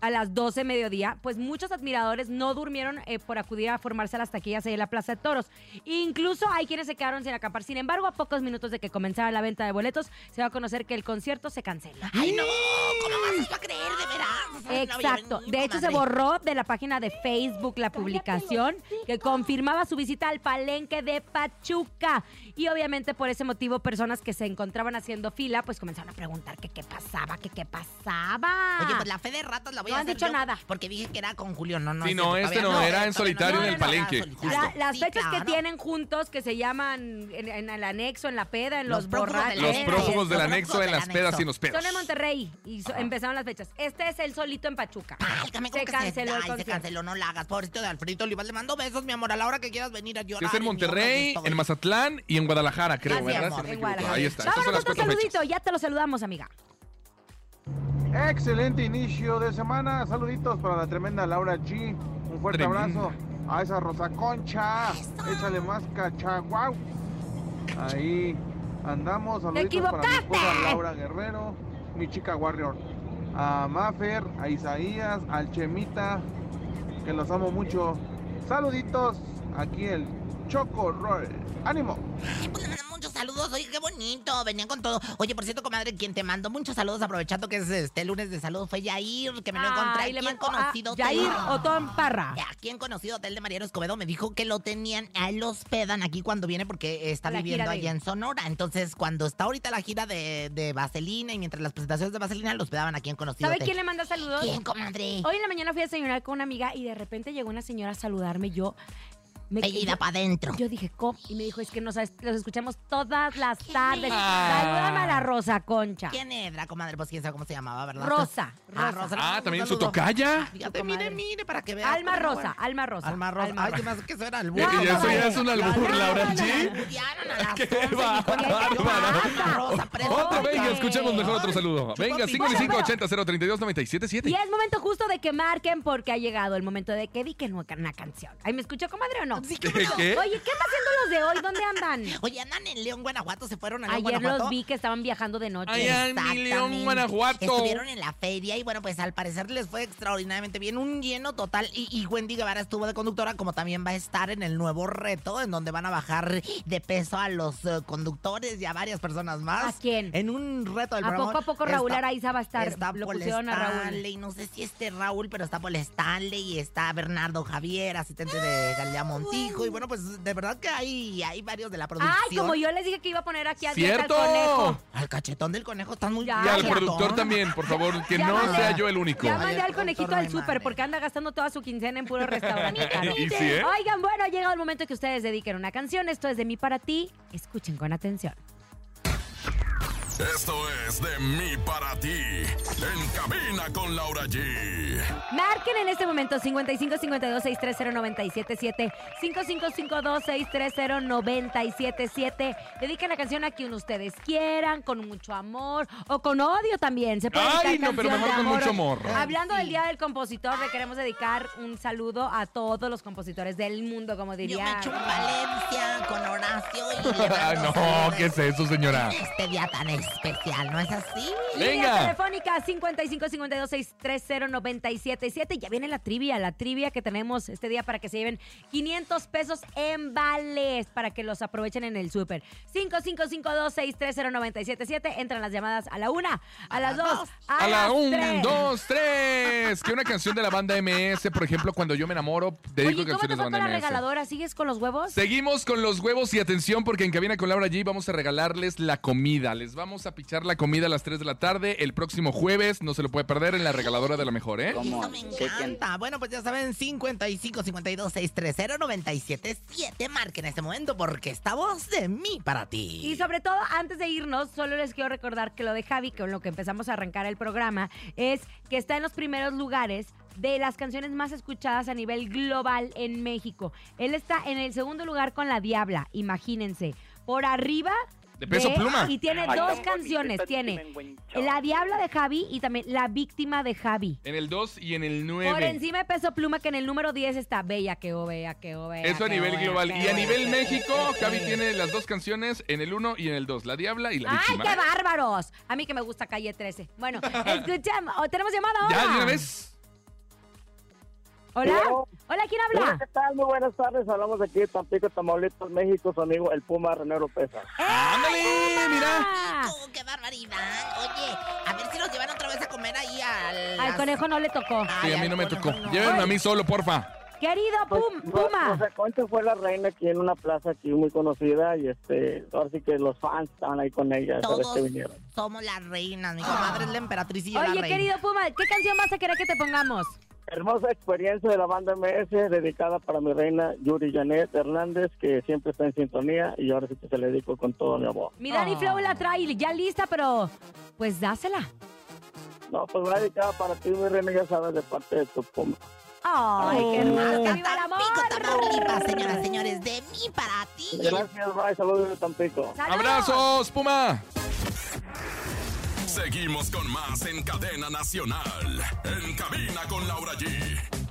[SPEAKER 2] a las 12 de mediodía. Pues muchos admiradores no durmieron eh, por acudir a formarse a las taquillas ahí en la Plaza de Toros. Incluso hay quienes se quedaron sin acampar. Sin embargo, a pocos minutos de que comenzara la venta de boletos, se va a conocer que el concierto se cancela.
[SPEAKER 3] Ay, no, ¿cómo vas a creer de veras? Ay, no,
[SPEAKER 2] Exacto.
[SPEAKER 3] oye,
[SPEAKER 2] De hecho, se
[SPEAKER 3] comadre.
[SPEAKER 2] borró de la página de Facebook la publicación que confirmaba su visita al palenque de Pachuca. Y obviamente por ese motivo, personas que se encontraban haciendo fila, pues comenzaron a preguntar que qué pasaba, que qué pasaba.
[SPEAKER 3] Oye, pues la fe de ratas la voy
[SPEAKER 2] Ah. No
[SPEAKER 3] a
[SPEAKER 2] han
[SPEAKER 3] hacer
[SPEAKER 2] dicho
[SPEAKER 3] yo,
[SPEAKER 2] nada.
[SPEAKER 3] Porque dije que era con Julio, no, no.
[SPEAKER 4] Sí,
[SPEAKER 3] es
[SPEAKER 4] no,
[SPEAKER 3] cierto,
[SPEAKER 4] este
[SPEAKER 3] todavía
[SPEAKER 4] no, era
[SPEAKER 3] todavía
[SPEAKER 4] en solitario
[SPEAKER 2] en el
[SPEAKER 3] era
[SPEAKER 4] palenque,
[SPEAKER 3] solitario.
[SPEAKER 2] La- las
[SPEAKER 3] Sí,
[SPEAKER 2] fechas
[SPEAKER 3] claro.
[SPEAKER 2] que tienen juntos, que se llaman en, en el anexo, en la peda, en los,
[SPEAKER 3] Los prófugos del
[SPEAKER 2] borrachos.
[SPEAKER 4] Los
[SPEAKER 3] Eh,
[SPEAKER 4] prófugos del
[SPEAKER 3] los
[SPEAKER 4] anexo
[SPEAKER 3] prófugos
[SPEAKER 4] en
[SPEAKER 3] del
[SPEAKER 4] las pedas
[SPEAKER 3] anexo.
[SPEAKER 4] y en los pedos.
[SPEAKER 2] Son en Monterrey y so- empezaron las fechas. Este es el solito en Pachuca.
[SPEAKER 3] Válgame, ¿cómo
[SPEAKER 2] Se
[SPEAKER 3] que
[SPEAKER 2] canceló este el
[SPEAKER 3] ay, se
[SPEAKER 2] concierto.
[SPEAKER 3] canceló, no la hagas. Pobrecito de Alfredito Olivas, le mando besos, mi amor, a la hora que quieras venir a llorar.
[SPEAKER 4] Que es en
[SPEAKER 3] y mi amor,
[SPEAKER 4] Monterrey,
[SPEAKER 3] Dios,
[SPEAKER 4] en Mazatlán y en Guadalajara, creo,
[SPEAKER 3] Así es,
[SPEAKER 4] ¿verdad?
[SPEAKER 3] amor,
[SPEAKER 4] Si no me
[SPEAKER 2] Ah, en
[SPEAKER 4] equivoco.
[SPEAKER 2] Guadalajara.
[SPEAKER 4] Ahí está. Estas son
[SPEAKER 2] Vámonos
[SPEAKER 4] las
[SPEAKER 2] otro
[SPEAKER 4] cuatro fechas.
[SPEAKER 2] saludito, ya te lo saludamos, amiga.
[SPEAKER 7] Excelente inicio de semana. Saluditos para la tremenda Laura G. Un fuerte
[SPEAKER 4] Tremenda.
[SPEAKER 7] abrazo a esa Rosa Concha. Échale más cachaguau. Ahí andamos. Saluditos para mi esposa
[SPEAKER 2] equivocaste!
[SPEAKER 7] Laura Guerrero, mi chica Warrior. A Mafer, a Isaías, al Chemita, que los amo mucho. Saluditos. Aquí el Choco Roll. ¡Ánimo!
[SPEAKER 3] Ay, pues le mando muchos saludos, oye, qué bonito, venían con todo. Oye, por cierto, comadre, quien te mandó muchos saludos, aprovechando que es este lunes de saludos, fue Yair, que me lo
[SPEAKER 2] Ay,
[SPEAKER 3] encontré aquí
[SPEAKER 2] Ah, le
[SPEAKER 3] en
[SPEAKER 2] mando a
[SPEAKER 3] conocido hotel.
[SPEAKER 2] Yair Otón Parra.
[SPEAKER 3] Aquí en conocido hotel de Mariano Escobedo me dijo que lo tenían, a él lo hospedan aquí cuando viene porque está
[SPEAKER 2] La
[SPEAKER 3] viviendo
[SPEAKER 2] gira de-
[SPEAKER 3] allá en Sonora. Entonces, cuando está ahorita la gira de, de Vaselina y mientras las presentaciones de Vaselina lo hospedaban aquí en conocido
[SPEAKER 2] ¿Sabe
[SPEAKER 3] hotel.
[SPEAKER 2] quién le manda saludos?
[SPEAKER 3] ¿Quién, comadre?
[SPEAKER 2] Hoy en la mañana fui a desayunar con una amiga y de repente llegó una señora a saludarme. Yo me
[SPEAKER 3] Pellida
[SPEAKER 2] yo-
[SPEAKER 3] para adentro.
[SPEAKER 2] Yo dije, ¿cómo? Y me dijo, es que nos los escuchamos todas las tardes.
[SPEAKER 3] Ah.
[SPEAKER 2] Salúdame a la Rosa Concha.
[SPEAKER 3] ¿Quién era, comadre? Pues quién sabe cómo se llamaba, ¿verdad?
[SPEAKER 2] ah. Rosa, Rosa.
[SPEAKER 3] Ah, Rosa. le
[SPEAKER 4] Ah,
[SPEAKER 3] mando
[SPEAKER 4] también
[SPEAKER 3] un
[SPEAKER 4] su
[SPEAKER 3] saludo. Ah,
[SPEAKER 4] tocaya.
[SPEAKER 3] Fíjate,
[SPEAKER 2] Tu
[SPEAKER 3] mire,
[SPEAKER 2] comadre.
[SPEAKER 3] mire, para que veas.
[SPEAKER 2] Alma
[SPEAKER 3] cómo era.
[SPEAKER 2] Rosa, Alma Rosa.
[SPEAKER 3] Alma Rosa. Ay, yo más que eso era el
[SPEAKER 4] Eh,
[SPEAKER 3] burro.
[SPEAKER 4] y eso
[SPEAKER 2] comadre.
[SPEAKER 4] ya es un albur,
[SPEAKER 2] Ya,
[SPEAKER 4] Laura
[SPEAKER 2] ya, ya.
[SPEAKER 4] G. (laughs)
[SPEAKER 3] ¡Qué
[SPEAKER 2] bárbara!
[SPEAKER 4] Otro, venga,
[SPEAKER 2] Oye.
[SPEAKER 4] escuchemos mejor otro saludo. Venga, 5580-032-977.
[SPEAKER 2] Y es momento justo de que marquen porque ha llegado el momento de que vi que no una canción. Ay, ¿me escuchó, comadre, o no?
[SPEAKER 3] Sí,
[SPEAKER 4] ¿Qué?
[SPEAKER 3] cómo no.
[SPEAKER 4] ¿Qué?
[SPEAKER 2] Oye, ¿qué está haciendo los de hoy? ¿Dónde andan?
[SPEAKER 3] Oye, andan en León, Guanajuato, se fueron a León,
[SPEAKER 2] Ayer
[SPEAKER 3] Guanajuato.
[SPEAKER 2] los vi que estaban viajando de noche.
[SPEAKER 4] Ay, ay. en mi León,
[SPEAKER 3] Exactamente.
[SPEAKER 4] Guanajuato.
[SPEAKER 3] Estuvieron en la feria y bueno, pues al parecer les fue extraordinariamente bien, un lleno total. Y, y Wendy Guevara estuvo de conductora, como también va a estar en el nuevo reto, en donde van a bajar de peso a los eh, conductores y a varias personas más.
[SPEAKER 2] ¿A quién?
[SPEAKER 3] En un reto del
[SPEAKER 2] ¿A
[SPEAKER 3] programa.
[SPEAKER 2] poco a poco Raúl
[SPEAKER 3] Está-
[SPEAKER 2] Araiza va a estar?
[SPEAKER 3] Está
[SPEAKER 2] Lo
[SPEAKER 3] Paul
[SPEAKER 2] pusieron a Raúl.
[SPEAKER 3] Stanley, no sé si este Raúl, pero está Paul Stanley y está Bernardo Javier, asistente de Galilea Montijo. Y bueno, pues de verdad que hay, hay varios de la producción.
[SPEAKER 2] Ay, como yo les dije que iba a poner aquí a dieta al
[SPEAKER 4] ¡Cierto!
[SPEAKER 2] conejo.
[SPEAKER 3] Al cachetón del conejo están muy
[SPEAKER 2] Ya,
[SPEAKER 4] Y al
[SPEAKER 2] Ay,
[SPEAKER 4] productor también, por favor, que
[SPEAKER 2] Ya
[SPEAKER 4] no
[SPEAKER 2] mandé-
[SPEAKER 4] sea yo el único.
[SPEAKER 2] Ya
[SPEAKER 4] (laughs)
[SPEAKER 3] Ay,
[SPEAKER 2] mandé
[SPEAKER 3] el
[SPEAKER 2] al conejito
[SPEAKER 3] productor
[SPEAKER 2] al
[SPEAKER 3] no hay
[SPEAKER 2] súper
[SPEAKER 3] madre.
[SPEAKER 2] porque anda gastando toda su quincena en puro restaurante. caro.
[SPEAKER 4] (laughs) Y sí, ¿eh?
[SPEAKER 2] Oigan, bueno, ha llegado el momento que ustedes dediquen una canción. Esto es de mí para ti. Escuchen con atención.
[SPEAKER 1] Esto es de mí para ti. En cabina con Laura G.
[SPEAKER 2] Marquen en este momento 5552-630-977. 5552-630-977. Dediquen la canción a quien ustedes quieran, con mucho amor o con odio también. Se puede
[SPEAKER 4] Ay,
[SPEAKER 2] dedicar
[SPEAKER 4] no, pero
[SPEAKER 2] canción de
[SPEAKER 4] mejor con
[SPEAKER 2] amor.
[SPEAKER 4] mucho amor.
[SPEAKER 2] Hablando del Día del Compositor, le queremos dedicar un saludo a todos los compositores del mundo, como
[SPEAKER 3] Yo me
[SPEAKER 2] diría.
[SPEAKER 3] echo un Valencia con Horacio
[SPEAKER 4] (laughs)
[SPEAKER 3] y le
[SPEAKER 4] Ah,
[SPEAKER 3] mando
[SPEAKER 4] no,
[SPEAKER 3] saludos
[SPEAKER 4] ¿qué es eso, señora?
[SPEAKER 3] Este día tan especial, ¿no es así?
[SPEAKER 2] Línea
[SPEAKER 4] Venga.
[SPEAKER 2] telefónica 5552-630-977. Ya viene la trivia, la trivia que tenemos este día para que se lleven 500 pesos en vales para que los aprovechen en el súper. 5552-630-977. Entran las llamadas a la una, a las dos, a,
[SPEAKER 4] A la
[SPEAKER 2] las
[SPEAKER 4] 1,
[SPEAKER 2] tres.
[SPEAKER 4] 2, 3. Que una canción de la banda MS, por ejemplo, cuando yo me enamoro, dedico
[SPEAKER 2] Oye, ¿cómo te
[SPEAKER 4] canciones
[SPEAKER 2] fue
[SPEAKER 4] de la
[SPEAKER 2] con la
[SPEAKER 4] banda MS.
[SPEAKER 2] regaladora? ¿Sigues con los huevos?
[SPEAKER 4] Seguimos con los huevos y atención porque en Cabina con Laura G vamos a regalarles la comida. Les vamos a pichar la comida a las 3 de la tarde el próximo jueves. No se lo puede perder en la regaladora de la mejor, ¿eh?
[SPEAKER 3] Eso me encanta. Bueno, pues ya saben, 55 52 630 977. Marquen en este momento porque esta voz de mí para ti.
[SPEAKER 2] Y sobre todo, antes de irnos, solo les quiero recordar que lo de Javi, con lo que empezamos a arrancar el programa, es que está en los primeros lugares de las canciones más escuchadas a nivel global en México. Él está en el segundo lugar con La Diabla, imagínense. Por arriba...
[SPEAKER 4] De Peso Pluma.
[SPEAKER 2] Y tiene
[SPEAKER 8] Ay,
[SPEAKER 2] dos
[SPEAKER 9] pues,
[SPEAKER 8] tan
[SPEAKER 2] canciones.
[SPEAKER 8] bonita,
[SPEAKER 2] Tiene
[SPEAKER 8] chimenguenchón.
[SPEAKER 2] La Diabla de Javi y también La Víctima de Javi.
[SPEAKER 4] En el 2 y en el
[SPEAKER 2] Por
[SPEAKER 4] 9.
[SPEAKER 2] encima de Peso Pluma, que en el número 10 está Bella que o Bella que o Bella.
[SPEAKER 4] Eso a
[SPEAKER 2] que
[SPEAKER 4] nivel
[SPEAKER 2] o, Bella
[SPEAKER 4] global.
[SPEAKER 2] que
[SPEAKER 4] Y a
[SPEAKER 2] o,
[SPEAKER 4] nivel
[SPEAKER 2] Bella que
[SPEAKER 4] México,
[SPEAKER 2] o,
[SPEAKER 4] Javi
[SPEAKER 2] Bella.
[SPEAKER 4] tiene las dos canciones en el 1 y en el 2. La Diabla y la
[SPEAKER 2] ¡Ay,
[SPEAKER 4] Víctima.
[SPEAKER 2] qué bárbaros! A mí que me gusta calle 13.
[SPEAKER 4] (laughs)
[SPEAKER 2] Bueno, escuchamos. Oh, ¿Tenemos llamada ahora?
[SPEAKER 4] ¿Ya de una vez?
[SPEAKER 2] ¿Hola?
[SPEAKER 9] Hello.
[SPEAKER 2] ¿Hola? ¿Quién
[SPEAKER 9] Hola,
[SPEAKER 2] habla?
[SPEAKER 9] ¿qué tal? Muy buenas tardes. Hablamos de aquí de Tampico, Tamaulipas, México, su amigo el Puma René Lopeza.
[SPEAKER 4] ¡Ándale! Mira.
[SPEAKER 2] Ah,
[SPEAKER 3] Oh, ¡Qué barbaridad! Oye, a ver si nos llevan otra vez a comer ahí al.
[SPEAKER 2] Al conejo no le tocó.
[SPEAKER 4] Sí, a mí no me tocó. Llévenme a
[SPEAKER 3] Llévenme
[SPEAKER 4] mí solo, porfa.
[SPEAKER 2] Querido
[SPEAKER 9] Pues,
[SPEAKER 2] Pum,
[SPEAKER 9] Ro-
[SPEAKER 2] Puma.
[SPEAKER 9] Rosa Concha fue la reina aquí en una plaza aquí muy conocida y este, ahora sí que los fans estaban ahí con ella. pero
[SPEAKER 3] Todos
[SPEAKER 9] este vinieron.
[SPEAKER 3] somos las reinas. Mi comadre es la emperatriz y yo la
[SPEAKER 2] Oye,
[SPEAKER 3] reina.
[SPEAKER 2] querido Puma, ¿qué canción vas a querer que te pongamos?
[SPEAKER 9] Hermosa experiencia de la banda MS dedicada para mi reina Yuri Janet Hernández, que siempre está en sintonía y ahora sí que se le dedico con todo mi amor.
[SPEAKER 2] Mi
[SPEAKER 4] Oh.
[SPEAKER 2] Dani Flow la trae ya lista, pero pues dásela.
[SPEAKER 9] No, pues va dedicada para ti, mi reina, ya sabes, de parte de tu Puma.
[SPEAKER 2] ¡Ay,
[SPEAKER 9] Oh.
[SPEAKER 2] qué hermoso! ¡Que viva el
[SPEAKER 3] Tampico, Tamaulipas,
[SPEAKER 2] amor!
[SPEAKER 3] señoras, señores, de mí para ti.
[SPEAKER 9] Gracias, bye, saludos de Tampico.
[SPEAKER 2] ¡Saludos!
[SPEAKER 4] ¡Abrazos, Puma!
[SPEAKER 1] Seguimos con más en cadena nacional. En cabina con Laura G.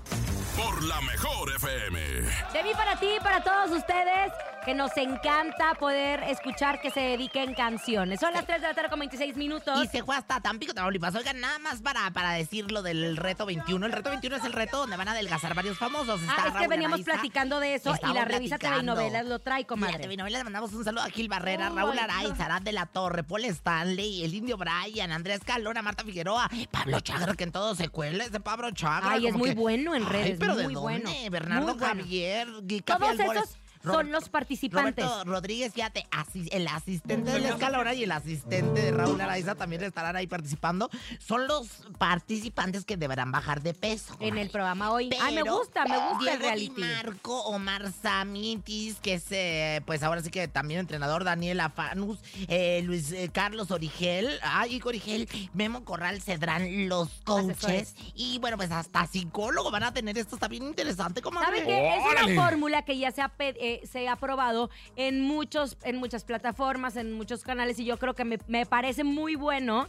[SPEAKER 1] Por la mejor FM.
[SPEAKER 2] De mí para ti, para todos ustedes, que nos encanta poder escuchar que se dediquen canciones. Son las 3 de la tarde con 26 minutos.
[SPEAKER 3] Y se fue hasta Tampico, Tamaulipas. Oigan, nada más para, para decir lo del reto 21. El reto 21 es el reto donde van a adelgazar varios famosos. Está
[SPEAKER 2] Ah, es que
[SPEAKER 3] Raúl
[SPEAKER 2] veníamos
[SPEAKER 3] Araiza.
[SPEAKER 2] platicando de eso y
[SPEAKER 3] Estamos
[SPEAKER 2] la revista
[SPEAKER 3] platicando.
[SPEAKER 2] telenovelas lo trae,
[SPEAKER 3] Comadre.
[SPEAKER 2] comadre.
[SPEAKER 3] le mandamos un saludo a Gil Barrera,
[SPEAKER 2] Oh, my
[SPEAKER 3] Raúl
[SPEAKER 2] God.
[SPEAKER 3] Araiz, Arad de la Torre, Paul Stanley, el Indio Brian, Andrés Calona, Marta Figueroa, Pablo Chagra, que en todo se cuela ese Pablo Chagra.
[SPEAKER 2] Ay, es
[SPEAKER 3] como
[SPEAKER 2] muy
[SPEAKER 3] que-
[SPEAKER 2] bueno en
[SPEAKER 3] Ay,
[SPEAKER 2] redes,
[SPEAKER 3] pero
[SPEAKER 2] muy
[SPEAKER 3] ¿de dónde?
[SPEAKER 2] bueno.
[SPEAKER 3] Bernardo
[SPEAKER 2] Muy bueno.
[SPEAKER 3] Javier, Gui- Capi
[SPEAKER 2] Todos
[SPEAKER 3] Álvarez,
[SPEAKER 2] esos
[SPEAKER 3] Roberto-
[SPEAKER 2] son los participantes.
[SPEAKER 3] Roberto Rodríguez, fíjate, asi- el asistente del Escalona y el asistente de Raúl Araiza también estarán ahí participando. Son los participantes que deberán bajar de peso.
[SPEAKER 2] En el
[SPEAKER 3] comadre.
[SPEAKER 2] programa hoy. Ay, me
[SPEAKER 3] Pero
[SPEAKER 2] gusta, me gusta el
[SPEAKER 3] Diego Di
[SPEAKER 2] reality.
[SPEAKER 3] Marco, Omar Samitis, que es, eh, pues ahora sí que también entrenador, Daniel Afanus, eh, Luis eh, Carlos Origel, ay, Origel, Memo Corral, Cedrán, los coaches.
[SPEAKER 2] Asesores.
[SPEAKER 3] Y bueno, pues hasta psicólogo van a tener esto, está bien interesante, comadre.
[SPEAKER 2] ¿Sabe qué? Es
[SPEAKER 4] ¡Órale!
[SPEAKER 2] una fórmula que ya se ha, pe- eh, se ha probado en, muchos, en muchas plataformas, en muchos canales, y yo creo que me, me parece muy bueno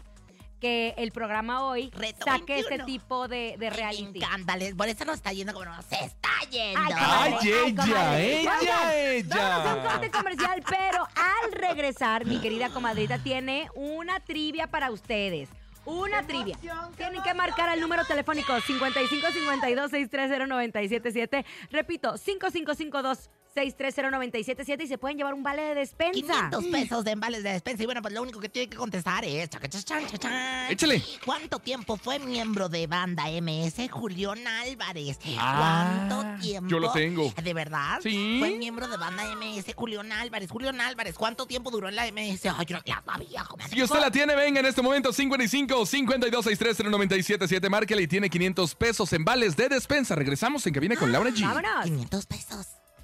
[SPEAKER 2] que el programa hoy
[SPEAKER 3] Reto
[SPEAKER 2] saque
[SPEAKER 3] 21.
[SPEAKER 2] este tipo de, de reality.
[SPEAKER 3] Cándales, por eso no está yendo como no, se está yendo.
[SPEAKER 2] Ay,
[SPEAKER 4] ¡Ay,
[SPEAKER 2] comadre, ay,
[SPEAKER 4] ella,
[SPEAKER 2] comadre.
[SPEAKER 4] ella,
[SPEAKER 2] Oigan, Vamos a un
[SPEAKER 4] ella!
[SPEAKER 2] corte comercial, pero al regresar, mi querida comadrita tiene una trivia para ustedes. Una trivia. Tienen que marcar al número telefónico 5552-630-977. Repito, 5552-630-977 y se pueden llevar un vale de despensa.
[SPEAKER 3] 500 pesos de embales de despensa. Y bueno, pues lo único que tiene que contestar es. chaca, cha, chan, cha, chan.
[SPEAKER 4] Échale.
[SPEAKER 3] ¿Cuánto tiempo fue miembro de banda MS Julián Álvarez?
[SPEAKER 4] Ah,
[SPEAKER 3] ¿Cuánto tiempo?
[SPEAKER 4] yo lo tengo.
[SPEAKER 3] ¿De verdad?
[SPEAKER 4] Sí.
[SPEAKER 3] Fue miembro de banda MS Julián Álvarez. Julián Álvarez, ¿cuánto tiempo duró en la MS? Ay, yo no la sabía, comadre.
[SPEAKER 4] Si usted la tiene, venga en este momento 55 52 63 977 márquele y tiene 500 pesos en vales de despensa. Regresamos en cabina con Laura G.
[SPEAKER 2] Vámonos.
[SPEAKER 3] 500 pesos.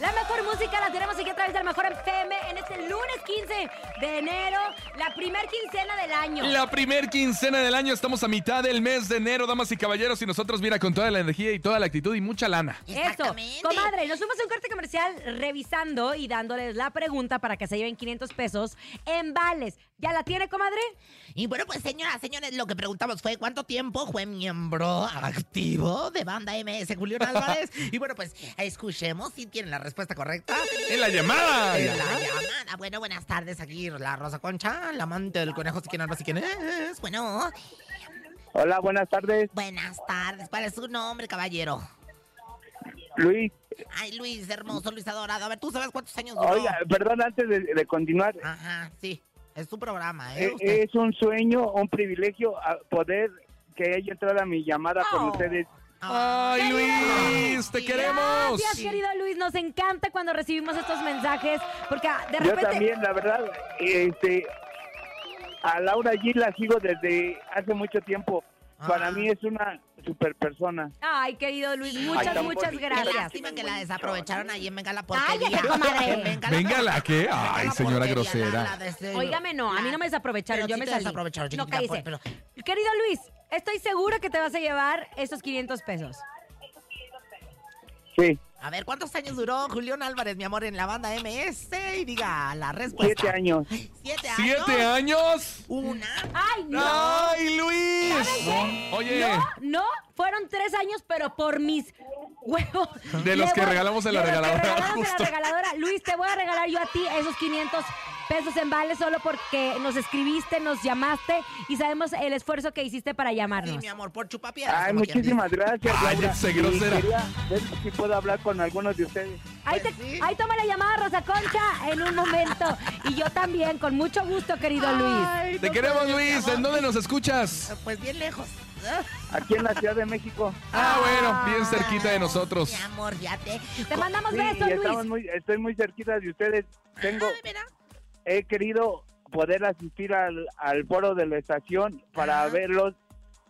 [SPEAKER 2] La mejor música la tenemos aquí a través del Mejor FM en este lunes 15 de enero, la primer quincena del año.
[SPEAKER 4] La primer quincena del año, estamos a mitad del mes de enero, damas y caballeros, y nosotros, mira, con toda la energía y toda la actitud y mucha lana.
[SPEAKER 2] Eso,
[SPEAKER 3] Exactamente.
[SPEAKER 2] comadre, nos fuimos a un corte comercial revisando y dándoles la pregunta para que se lleven 500 pesos en vales. ¿Ya la tiene, comadre?
[SPEAKER 3] Y bueno, pues señoras, señores, lo que preguntamos fue cuánto tiempo fue miembro activo de banda MS Julián
[SPEAKER 4] (laughs)
[SPEAKER 3] Álvarez. y bueno, pues escuchemos si tienen la respuesta correcta.
[SPEAKER 4] En la llamada.
[SPEAKER 3] En la llamada. Bueno, buenas tardes aquí, la Rosa Concha, la amante del conejo, si quieren, no sé quién es. Bueno,
[SPEAKER 9] Hola, buenas tardes.
[SPEAKER 3] buenas tardes. ¿Cuál es su nombre, caballero?
[SPEAKER 9] Luis,
[SPEAKER 3] Ay, Luis, hermoso, Luis adorado. A ver, ¿tú sabes cuántos años duró?
[SPEAKER 9] oiga, perdón, antes de, de continuar,
[SPEAKER 3] Ajá, sí. Es tu programa, ¿eh?
[SPEAKER 9] e-
[SPEAKER 3] Usted.
[SPEAKER 9] es un sueño, un privilegio a- poder que haya entrado a mi llamada con
[SPEAKER 2] Oh.
[SPEAKER 9] ustedes.
[SPEAKER 4] ¡Ay, Luis! ¡Te queremos!
[SPEAKER 2] Gracias, querido Luis. Nos encanta cuando recibimos estos mensajes porque ah, de
[SPEAKER 9] Yo
[SPEAKER 2] repente...
[SPEAKER 9] también, la verdad, este, a Laura G la sigo desde hace mucho tiempo. Para
[SPEAKER 3] Ah.
[SPEAKER 9] mí es una super persona.
[SPEAKER 2] Ay, querido Luis,
[SPEAKER 9] Ay,
[SPEAKER 2] muchas,
[SPEAKER 9] tan
[SPEAKER 2] muchas
[SPEAKER 9] bonita.
[SPEAKER 3] Qué
[SPEAKER 2] gracias.
[SPEAKER 3] lástima que la desaprovecharon ahí en Venga la
[SPEAKER 2] Cállate,
[SPEAKER 3] Porquería.
[SPEAKER 2] comadre.
[SPEAKER 3] En Venga la
[SPEAKER 4] Venga la que. Ay,
[SPEAKER 3] la
[SPEAKER 4] señora
[SPEAKER 3] porquería, la-
[SPEAKER 4] grosera.
[SPEAKER 3] la de ese-
[SPEAKER 2] Óigame, no, a mí no me desaprovecharon,
[SPEAKER 3] Pero
[SPEAKER 2] yo
[SPEAKER 3] sí
[SPEAKER 2] me
[SPEAKER 3] te
[SPEAKER 2] salí.
[SPEAKER 3] desaprovecharon, pues,
[SPEAKER 2] no,
[SPEAKER 3] chiquitita,
[SPEAKER 2] cállese.
[SPEAKER 3] por-
[SPEAKER 2] Querido Luis, estoy segura que te vas a llevar esos 500 pesos.
[SPEAKER 9] Sí,
[SPEAKER 3] A ver, ¿cuántos años duró Julián Álvarez, mi amor, en la banda MS? Y diga la respuesta.
[SPEAKER 9] siete años.
[SPEAKER 3] ¿Siete años?
[SPEAKER 4] ¿Siete años?
[SPEAKER 3] Una.
[SPEAKER 2] ¡Ay, no!
[SPEAKER 4] ¡Ay, Luis! Oye,
[SPEAKER 2] No, no, fueron tres años, pero por mis huevos.
[SPEAKER 4] De
[SPEAKER 2] Le
[SPEAKER 4] los que
[SPEAKER 2] voy-
[SPEAKER 4] regalamos en la
[SPEAKER 2] de los que
[SPEAKER 4] regaladora,
[SPEAKER 2] regalamos en la
[SPEAKER 4] justo.
[SPEAKER 2] regaladora. Luis, te voy a regalar yo a ti esos 500 pesos en vale solo porque nos escribiste, nos llamaste y sabemos el esfuerzo que hiciste para
[SPEAKER 3] Sí,
[SPEAKER 2] llamarnos.
[SPEAKER 3] mi amor, por chupapieras.
[SPEAKER 9] Ay,
[SPEAKER 3] como quien
[SPEAKER 9] muchísimas gracias.
[SPEAKER 4] Ay,
[SPEAKER 9] Laura.
[SPEAKER 4] se
[SPEAKER 9] Y
[SPEAKER 4] grosera.
[SPEAKER 9] Quería ver si puedo hablar con algunos de ustedes.
[SPEAKER 2] ahí, te-
[SPEAKER 3] pues sí.
[SPEAKER 2] ahí toma la llamada Rosa Concha en un momento. Y yo también, con mucho gusto, querido Luis.
[SPEAKER 3] Ay,
[SPEAKER 4] te
[SPEAKER 3] no
[SPEAKER 4] queremos,
[SPEAKER 3] puedes,
[SPEAKER 4] Luis.
[SPEAKER 3] mi
[SPEAKER 4] ¿En
[SPEAKER 3] amor.
[SPEAKER 4] dónde nos escuchas?
[SPEAKER 3] Pues bien lejos.
[SPEAKER 9] Aquí en la Ciudad de México.
[SPEAKER 4] Ah, bueno, bien cerquita de nosotros.
[SPEAKER 3] Mi amor, fíjate.
[SPEAKER 2] Te mandamos
[SPEAKER 9] Sí,
[SPEAKER 2] besos,
[SPEAKER 9] estamos
[SPEAKER 2] Pues Luis.
[SPEAKER 9] muy- estoy muy cerquita de ustedes. Tengo,
[SPEAKER 3] Ay, mira.
[SPEAKER 9] he querido poder asistir al, al foro de la estación para
[SPEAKER 3] Ajá.
[SPEAKER 9] verlos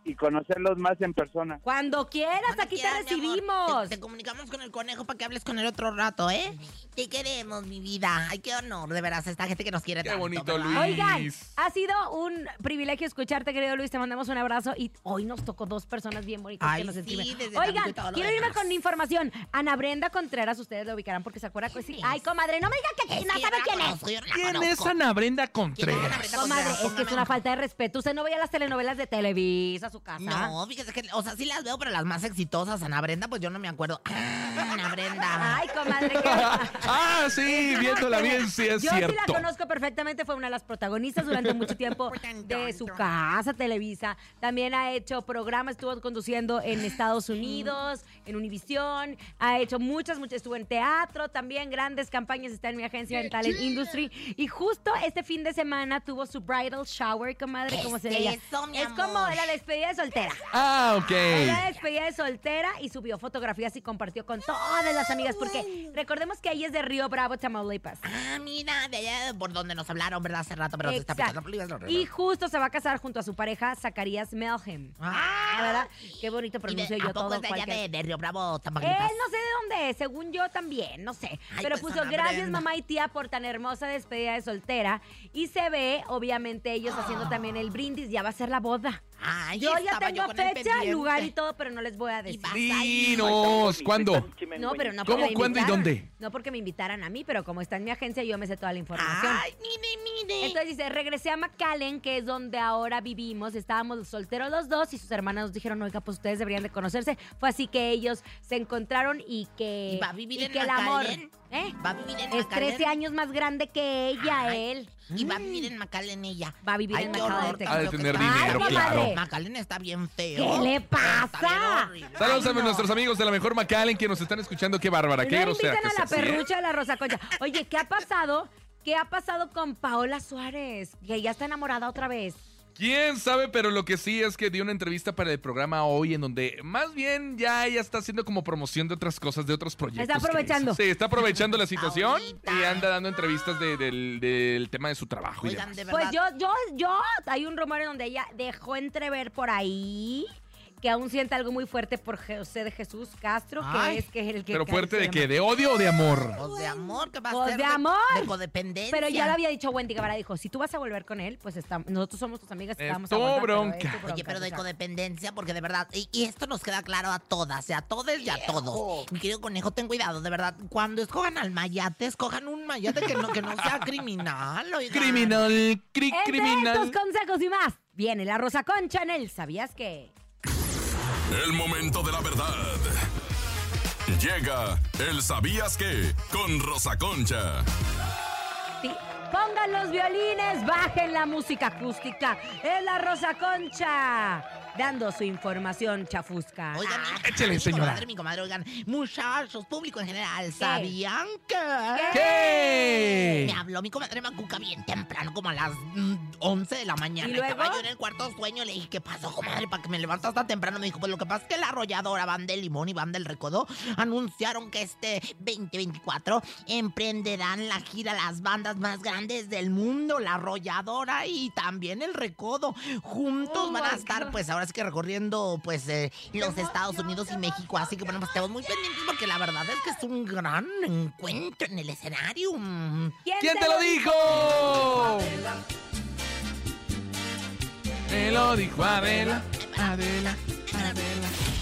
[SPEAKER 9] y conocerlos más en persona.
[SPEAKER 2] Cuando quieras,
[SPEAKER 3] Cuando
[SPEAKER 2] aquí
[SPEAKER 3] quieras,
[SPEAKER 2] te
[SPEAKER 3] mi amor.
[SPEAKER 2] recibimos.
[SPEAKER 3] Te, te comunicamos con el conejo para que hables con el otro rato, ¿eh? Te queremos, mi vida. Ay, qué honor, de veras, esta gente que nos quiere
[SPEAKER 4] Qué
[SPEAKER 3] tanto,
[SPEAKER 4] bonito,
[SPEAKER 3] ¿verdad?
[SPEAKER 4] Luis.
[SPEAKER 2] Oigan, ha sido un privilegio escucharte, querido Luis. Te mandamos un abrazo y hoy nos tocó dos personas bien bonitas
[SPEAKER 3] Ay,
[SPEAKER 2] que nos
[SPEAKER 3] sí,
[SPEAKER 2] escriben.
[SPEAKER 3] desde Tampico
[SPEAKER 2] Oigan,
[SPEAKER 3] y todo lo
[SPEAKER 2] quiero irme
[SPEAKER 3] demás.
[SPEAKER 2] con información. Ana Brenda Contreras, ustedes la ubicarán porque se acuerda que sí.
[SPEAKER 3] ¿Quién es?
[SPEAKER 2] Ay, comadre, no me digas
[SPEAKER 3] Es
[SPEAKER 2] que no
[SPEAKER 3] que yo
[SPEAKER 2] sabe
[SPEAKER 3] la
[SPEAKER 2] quién es.
[SPEAKER 3] conozco, yo no la
[SPEAKER 4] ¿Quién
[SPEAKER 3] conozco.
[SPEAKER 4] es Ana Brenda
[SPEAKER 3] ¿Quién es Ana
[SPEAKER 4] Contreras?
[SPEAKER 3] Brenda
[SPEAKER 2] Comadre,
[SPEAKER 3] Contreras?
[SPEAKER 2] es que es una falta de respeto. Usted no veía las telenovelas de Televisa, su casa.
[SPEAKER 3] No, fíjese que, o sea, sí las veo, pero las más exitosas, Ana Brenda, pues yo no
[SPEAKER 2] (laughs)
[SPEAKER 3] me acuerdo. Ah, Ana Brenda.
[SPEAKER 2] Ay, comadre,
[SPEAKER 3] (laughs)
[SPEAKER 2] qué...
[SPEAKER 4] Ah, sí, viéndola bien, sí es
[SPEAKER 2] Yo sí la
[SPEAKER 4] cierto.
[SPEAKER 2] conozco perfectamente, fue una de las protagonistas
[SPEAKER 4] (laughs)
[SPEAKER 2] durante mucho tiempo de su casa, Televisa. También ha hecho programas, estuvo conduciendo en Estados Unidos, en Univisión, ha hecho muchas, muchas, estuvo en teatro, también grandes campañas, está en mi agencia en Talent Industry. Y justo este fin de semana tuvo su bridal shower, comadre,
[SPEAKER 3] ¿Qué
[SPEAKER 2] como
[SPEAKER 3] es
[SPEAKER 2] se le
[SPEAKER 3] eso, mi
[SPEAKER 2] Es como
[SPEAKER 3] amor?
[SPEAKER 2] la despedida de soltera.
[SPEAKER 4] Ah,
[SPEAKER 2] Fue
[SPEAKER 4] ok.
[SPEAKER 2] la despedida de soltera y subió fotografías y compartió con todas las amigas, porque recordemos que ella es de Río Bravo, Tamaulipas.
[SPEAKER 3] Ah, mira, de allá por donde nos hablaron, ¿verdad? Hace rato, pero se está
[SPEAKER 2] Exacto.
[SPEAKER 3] picando.
[SPEAKER 2] Y justo se va a casar junto a su pareja Zacarías Melhem.
[SPEAKER 3] Ah.
[SPEAKER 2] Ah, ¿verdad? Qué bonito
[SPEAKER 3] Y
[SPEAKER 2] pronuncio
[SPEAKER 3] de,
[SPEAKER 2] yo
[SPEAKER 3] ¿A poco
[SPEAKER 2] todo.
[SPEAKER 3] es de allá
[SPEAKER 2] cualquier-
[SPEAKER 3] de, de Río Bravo, Tamaulipas?
[SPEAKER 2] Él no sé de dónde es, según yo también, no sé.
[SPEAKER 3] Ay,
[SPEAKER 2] Pero
[SPEAKER 3] pues,
[SPEAKER 2] puso
[SPEAKER 3] Ana
[SPEAKER 2] gracias
[SPEAKER 3] Brenda".
[SPEAKER 2] mamá y tía por tan hermosa despedida de soltera. Y se ve, obviamente, ellos haciendo también el brindis. Ya va a ser la boda.
[SPEAKER 3] Ay,
[SPEAKER 2] yo ya
[SPEAKER 3] estaba
[SPEAKER 2] tengo
[SPEAKER 3] con el
[SPEAKER 2] fecha, lugar y
[SPEAKER 3] pendiente.
[SPEAKER 2] todo, pero no les voy a decir.
[SPEAKER 3] vas
[SPEAKER 4] Dinos, ¿cuándo?
[SPEAKER 2] No, pero no
[SPEAKER 4] ¿Cómo,
[SPEAKER 2] porque me
[SPEAKER 4] cuándo y
[SPEAKER 2] invitaran.
[SPEAKER 4] dónde?
[SPEAKER 2] No porque me invitaran a mí, pero como está en mi agencia, yo me sé toda la información.
[SPEAKER 3] Ay, mire, mire.
[SPEAKER 2] Entonces dice, regresé a McAllen, que es donde ahora vivimos. Estábamos solteros los dos y sus hermanas nos dijeron, oiga, pues ustedes deberían de conocerse. Fue así que ellos se encontraron y que...
[SPEAKER 3] ¿Y va a vivir
[SPEAKER 2] y
[SPEAKER 3] en
[SPEAKER 2] que el amor...
[SPEAKER 3] McAllen?
[SPEAKER 2] ¿eh?
[SPEAKER 3] Va a vivir en
[SPEAKER 2] Es
[SPEAKER 3] Macalén.
[SPEAKER 2] 13 años más grande que ella,
[SPEAKER 3] Ay.
[SPEAKER 2] él.
[SPEAKER 3] Y va a vivir en Macalén ella.
[SPEAKER 2] Va a vivir
[SPEAKER 3] Ay,
[SPEAKER 2] en
[SPEAKER 3] qué
[SPEAKER 2] Macalén,
[SPEAKER 3] horror,
[SPEAKER 2] Texas.
[SPEAKER 3] tan
[SPEAKER 4] Ha de
[SPEAKER 3] feo que
[SPEAKER 4] tener
[SPEAKER 3] está.
[SPEAKER 4] dinero,
[SPEAKER 2] Ay,
[SPEAKER 4] claro.
[SPEAKER 2] comadre.
[SPEAKER 3] Macalén está bien feo.
[SPEAKER 2] ¿Qué le
[SPEAKER 3] Está bien
[SPEAKER 2] pasa?
[SPEAKER 3] horrible.
[SPEAKER 4] Saludos a
[SPEAKER 2] Ay, no.
[SPEAKER 4] nuestros amigos de la mejor Macallen que nos están escuchando. Qué bárbara, qué
[SPEAKER 2] no
[SPEAKER 4] grosera.
[SPEAKER 2] invitan
[SPEAKER 4] que
[SPEAKER 2] a la
[SPEAKER 4] seas, ¿eh?
[SPEAKER 2] perrucha de la Rosa Concha. Oye, ¿qué ha pasado? ¿Qué ha pasado con Paola Suárez? Que ya está enamorada otra vez.
[SPEAKER 4] ¿Quién sabe? Pero lo que sí es que dio una entrevista para el programa hoy en donde más bien ya ella está haciendo como promoción de otras cosas, de otros proyectos.
[SPEAKER 2] Está
[SPEAKER 4] que
[SPEAKER 2] aprovechando.
[SPEAKER 4] hizo. Sí, está aprovechando
[SPEAKER 2] (laughs)
[SPEAKER 4] la situación
[SPEAKER 3] Ahorita.
[SPEAKER 4] y anda dando entrevistas de- del, del tema de su trabajo. y
[SPEAKER 3] Oigan,
[SPEAKER 4] demás.
[SPEAKER 3] de verdad.
[SPEAKER 2] Pues yo, yo, yo, hay un rumor en donde ella dejó entrever por ahí que aún siente algo muy fuerte por José de Jesús Castro,
[SPEAKER 3] Ay,
[SPEAKER 2] que es que es el que...
[SPEAKER 4] Pero
[SPEAKER 2] casi
[SPEAKER 4] fuerte
[SPEAKER 2] se
[SPEAKER 4] de
[SPEAKER 2] llama.
[SPEAKER 4] qué? ¿De odio o de amor?
[SPEAKER 3] Pues de amor, ¿qué va a
[SPEAKER 2] Pues
[SPEAKER 3] ser
[SPEAKER 2] de amor.
[SPEAKER 3] De codependencia.
[SPEAKER 2] Pero ya lo había dicho Wendy Guevara, dijo, si tú vas a volver con él, pues está- nosotros somos tus amigas,
[SPEAKER 4] Es
[SPEAKER 2] estamos
[SPEAKER 4] tu bronca.
[SPEAKER 3] Oye, pero
[SPEAKER 2] o
[SPEAKER 3] de
[SPEAKER 2] sea.
[SPEAKER 3] codependencia, porque de verdad, y, y esto nos queda claro a todas, y a todos y a todos. Mi querido conejo, ten cuidado, de verdad. Cuando escojan al mayate, escojan un mayate que no, que no sea criminal, oigan.
[SPEAKER 4] Criminal, cri-
[SPEAKER 2] Entre
[SPEAKER 4] criminal.
[SPEAKER 2] estos consejos y más, viene la Rosa Concha en el ¿Sabías que?
[SPEAKER 1] El momento de la verdad. Llega el sabías que con Rosa Concha.
[SPEAKER 2] Sí. Pongan los violines, bajen la música acústica. Es la Rosa Concha dando su información chafusca.
[SPEAKER 3] Oigan,
[SPEAKER 2] Ah,
[SPEAKER 3] mi-
[SPEAKER 4] échale,
[SPEAKER 3] mi
[SPEAKER 4] señora.
[SPEAKER 3] comadre, mi comadre, oigan, muchachos, público en general, ¿sabían que?
[SPEAKER 4] ¿Qué?
[SPEAKER 3] Me habló mi comadre Macuca bien temprano, como a las mm, 11 de la mañana.
[SPEAKER 2] ¿Y luego?
[SPEAKER 3] Estaba yo en el cuarto sueño y le dije, ¿qué pasó, comadre? ¿Para que me levantas tan temprano? Me dijo, pues lo que pasa es que la arrolladora Van del Limón y Van del Recodo anunciaron que este 2024 emprenderán la gira las bandas más grandes del mundo, la arrolladora y también el Recodo. Juntos
[SPEAKER 2] Oh,
[SPEAKER 3] van a
[SPEAKER 2] my
[SPEAKER 3] estar,
[SPEAKER 2] God.
[SPEAKER 3] pues ahora sí que recorriendo, pues, eh, los Estados Unidos y México. Así que bueno, pues estamos muy pendientes porque la verdad es que es un gran encuentro en el escenario. Mm.
[SPEAKER 4] ¿Quién te lo dijo? Me lo dijo Adela. Adela.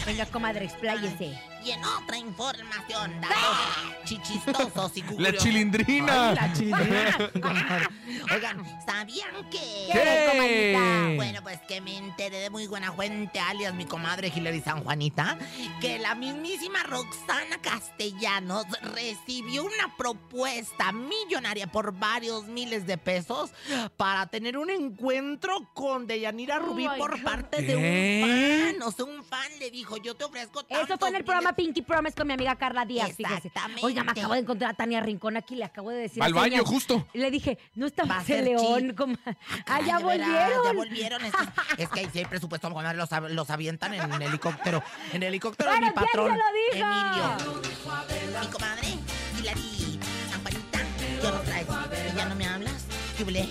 [SPEAKER 2] Venga, comadre, Pues, expláyese.
[SPEAKER 3] Y en otra
[SPEAKER 2] ¡Ah!
[SPEAKER 3] información, datos chichistosos y
[SPEAKER 4] La
[SPEAKER 3] curiosos.
[SPEAKER 4] chilindrina.
[SPEAKER 3] Oigan, ¿sabían que?
[SPEAKER 4] ¿Qué?
[SPEAKER 3] Bueno, pues que me enteré de muy buena fuente, alias mi comadre Hilary San Juanita, que la mismísima Roxana Castellanos recibió una propuesta millonaria por varios miles de pesos para tener un encuentro con Deyanira Rubí
[SPEAKER 2] Oh my
[SPEAKER 3] por
[SPEAKER 2] God. ¿Eh?
[SPEAKER 3] parte
[SPEAKER 4] ¿Qué?
[SPEAKER 3] de un fan. O sea, un fan le dijo, yo te ofrezco
[SPEAKER 2] Eso fue en el
[SPEAKER 3] tantos
[SPEAKER 2] programa
[SPEAKER 3] miles".
[SPEAKER 2] Pinky Promise con mi amiga Carla Díaz, fíjese.
[SPEAKER 3] Exactamente.
[SPEAKER 2] Oiga, me acabo de encontrar a Tania Rincón aquí, le acabo de decir.
[SPEAKER 4] Al
[SPEAKER 2] a Tania-
[SPEAKER 4] baño, justo.
[SPEAKER 2] Le dije, no
[SPEAKER 3] Va a
[SPEAKER 2] estabas
[SPEAKER 3] ser
[SPEAKER 2] en León,
[SPEAKER 3] chip.
[SPEAKER 2] comadre. Ah, ya
[SPEAKER 3] Ay, de veras, Ya
[SPEAKER 2] volvieron.
[SPEAKER 3] volvieron. Es que, es que ahí sí hay presupuesto, comadre, los, av- los avientan en el helicóptero. En el helicóptero de
[SPEAKER 2] Bueno,
[SPEAKER 3] mi
[SPEAKER 2] ¿quién
[SPEAKER 3] patrón.
[SPEAKER 2] se lo dijo?
[SPEAKER 3] Emilio. Mi comadre, Hilary, San Juanita, ¿qué hora traes? ¿Y ya no me hablas? ¿Qué huele?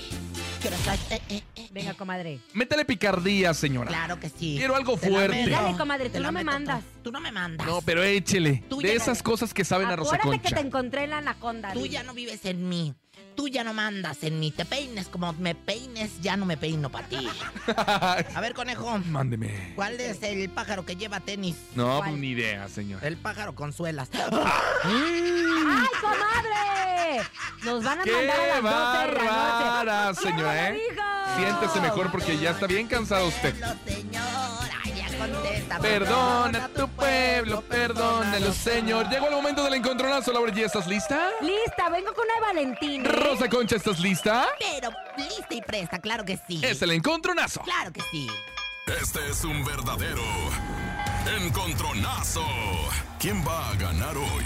[SPEAKER 3] ¿Qué hora traes? Eh, eh, eh,
[SPEAKER 2] Venga,
[SPEAKER 3] eh.
[SPEAKER 2] comadre.
[SPEAKER 4] Métele picardía, señora.
[SPEAKER 3] Claro que sí.
[SPEAKER 4] Quiero algo
[SPEAKER 3] Te la
[SPEAKER 4] fuerte.
[SPEAKER 3] meto.
[SPEAKER 2] Dale, comadre,
[SPEAKER 3] Te
[SPEAKER 2] tú
[SPEAKER 3] la
[SPEAKER 2] no me
[SPEAKER 3] meto,
[SPEAKER 2] mandas.
[SPEAKER 3] Tú no me mandas.
[SPEAKER 4] No, pero échele.
[SPEAKER 3] Tú
[SPEAKER 4] De
[SPEAKER 3] ya-
[SPEAKER 4] esas cosas que saben a Rosa
[SPEAKER 2] Acuérdate que
[SPEAKER 4] Concha.
[SPEAKER 2] te encontré en la anaconda.
[SPEAKER 3] Tú
[SPEAKER 2] dile.
[SPEAKER 3] ya no vives en mí. Tú ya no mandas en mí. Te peines como me peines, ya no me peino para
[SPEAKER 4] (laughs)
[SPEAKER 3] ti. A ver, conejo.
[SPEAKER 4] Mándeme.
[SPEAKER 3] ¿Cuál es el pájaro que lleva tenis?
[SPEAKER 4] No, pues,
[SPEAKER 2] ¿Cuál?
[SPEAKER 4] ni idea, señora.
[SPEAKER 3] El
[SPEAKER 2] (laughs)
[SPEAKER 3] pájaro consuelas.
[SPEAKER 2] Ah, ¡Ay, comadre! Nos van a
[SPEAKER 4] ¡Qué
[SPEAKER 2] mandar a las 12 de la noche.
[SPEAKER 4] bárbara,
[SPEAKER 2] ¿Quién
[SPEAKER 4] señora,
[SPEAKER 2] lo
[SPEAKER 4] eh!
[SPEAKER 2] dijo?
[SPEAKER 4] Siéntese mejor porque ya está bien cansado usted.
[SPEAKER 3] Pueblo, señora, ya contesta.
[SPEAKER 4] Perdona tu pueblo, perdónalo, señor. Llegó el momento del encontronazo, Laura G. ¿Estás lista?
[SPEAKER 2] Lista, vengo con una de Valentín. ¿eh?
[SPEAKER 4] Rosa Concha, ¿estás lista?
[SPEAKER 3] Pero lista y presta, claro que sí.
[SPEAKER 4] Es el encontronazo.
[SPEAKER 3] Claro que sí.
[SPEAKER 1] Este es un verdadero encontronazo. ¿Quién va a ganar hoy?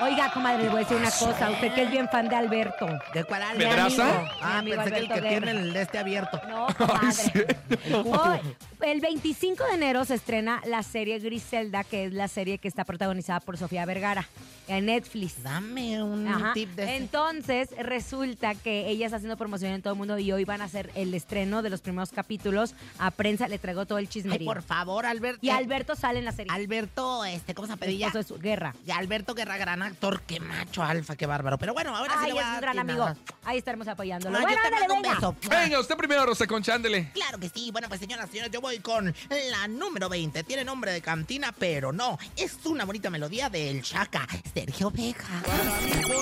[SPEAKER 2] Oiga, comadre, le voy a decir una cosa. Usted que es bien fan de Alberto.
[SPEAKER 3] ¿De cuál al-
[SPEAKER 4] ¿Pedraza?
[SPEAKER 3] Mi amigo. Ah,
[SPEAKER 2] Mi amigo
[SPEAKER 3] pensé que el que
[SPEAKER 2] Alberto
[SPEAKER 3] tiene
[SPEAKER 2] Guerra.
[SPEAKER 3] el este abierto.
[SPEAKER 2] No, comadre.
[SPEAKER 3] El culo.
[SPEAKER 2] Hoy, el 25 de enero se estrena la serie Griselda, que es la serie que está protagonizada por Sofía Vergara en Netflix.
[SPEAKER 3] Dame un
[SPEAKER 2] Ajá.
[SPEAKER 3] tip de este. ese.
[SPEAKER 2] Entonces, resulta que ella está haciendo promoción en todo el mundo y hoy van a hacer el estreno de los primeros capítulos a prensa. Le traigo todo el
[SPEAKER 3] Ay,
[SPEAKER 2] chismerío.
[SPEAKER 3] por favor, Alberto.
[SPEAKER 2] y Alberto sale en la serie.
[SPEAKER 3] Alberto, este, ¿cómo se
[SPEAKER 2] El
[SPEAKER 3] apellida?
[SPEAKER 2] esposo de su guerra.
[SPEAKER 3] Y Alberto Guerra, gran actor, qué macho alfa, qué bárbaro. Pero bueno, ahora sí
[SPEAKER 2] Ay,
[SPEAKER 3] le voy
[SPEAKER 2] es
[SPEAKER 3] a
[SPEAKER 2] un
[SPEAKER 3] dar
[SPEAKER 2] gran
[SPEAKER 3] nada
[SPEAKER 2] amigo.
[SPEAKER 3] más.
[SPEAKER 2] Ahí estaremos apoyándolo.
[SPEAKER 3] Ah,
[SPEAKER 2] bueno,
[SPEAKER 3] yo te
[SPEAKER 2] ándale,
[SPEAKER 3] mando un
[SPEAKER 2] venga.
[SPEAKER 3] beso.
[SPEAKER 4] Venga, usted primero, Rosa Concha, ándele.
[SPEAKER 3] Claro que sí. Bueno, pues señoras, señores, yo voy con la número 20. Tiene nombre de cantina, pero no. Es una bonita melodía del Chaca, Sergio Vega.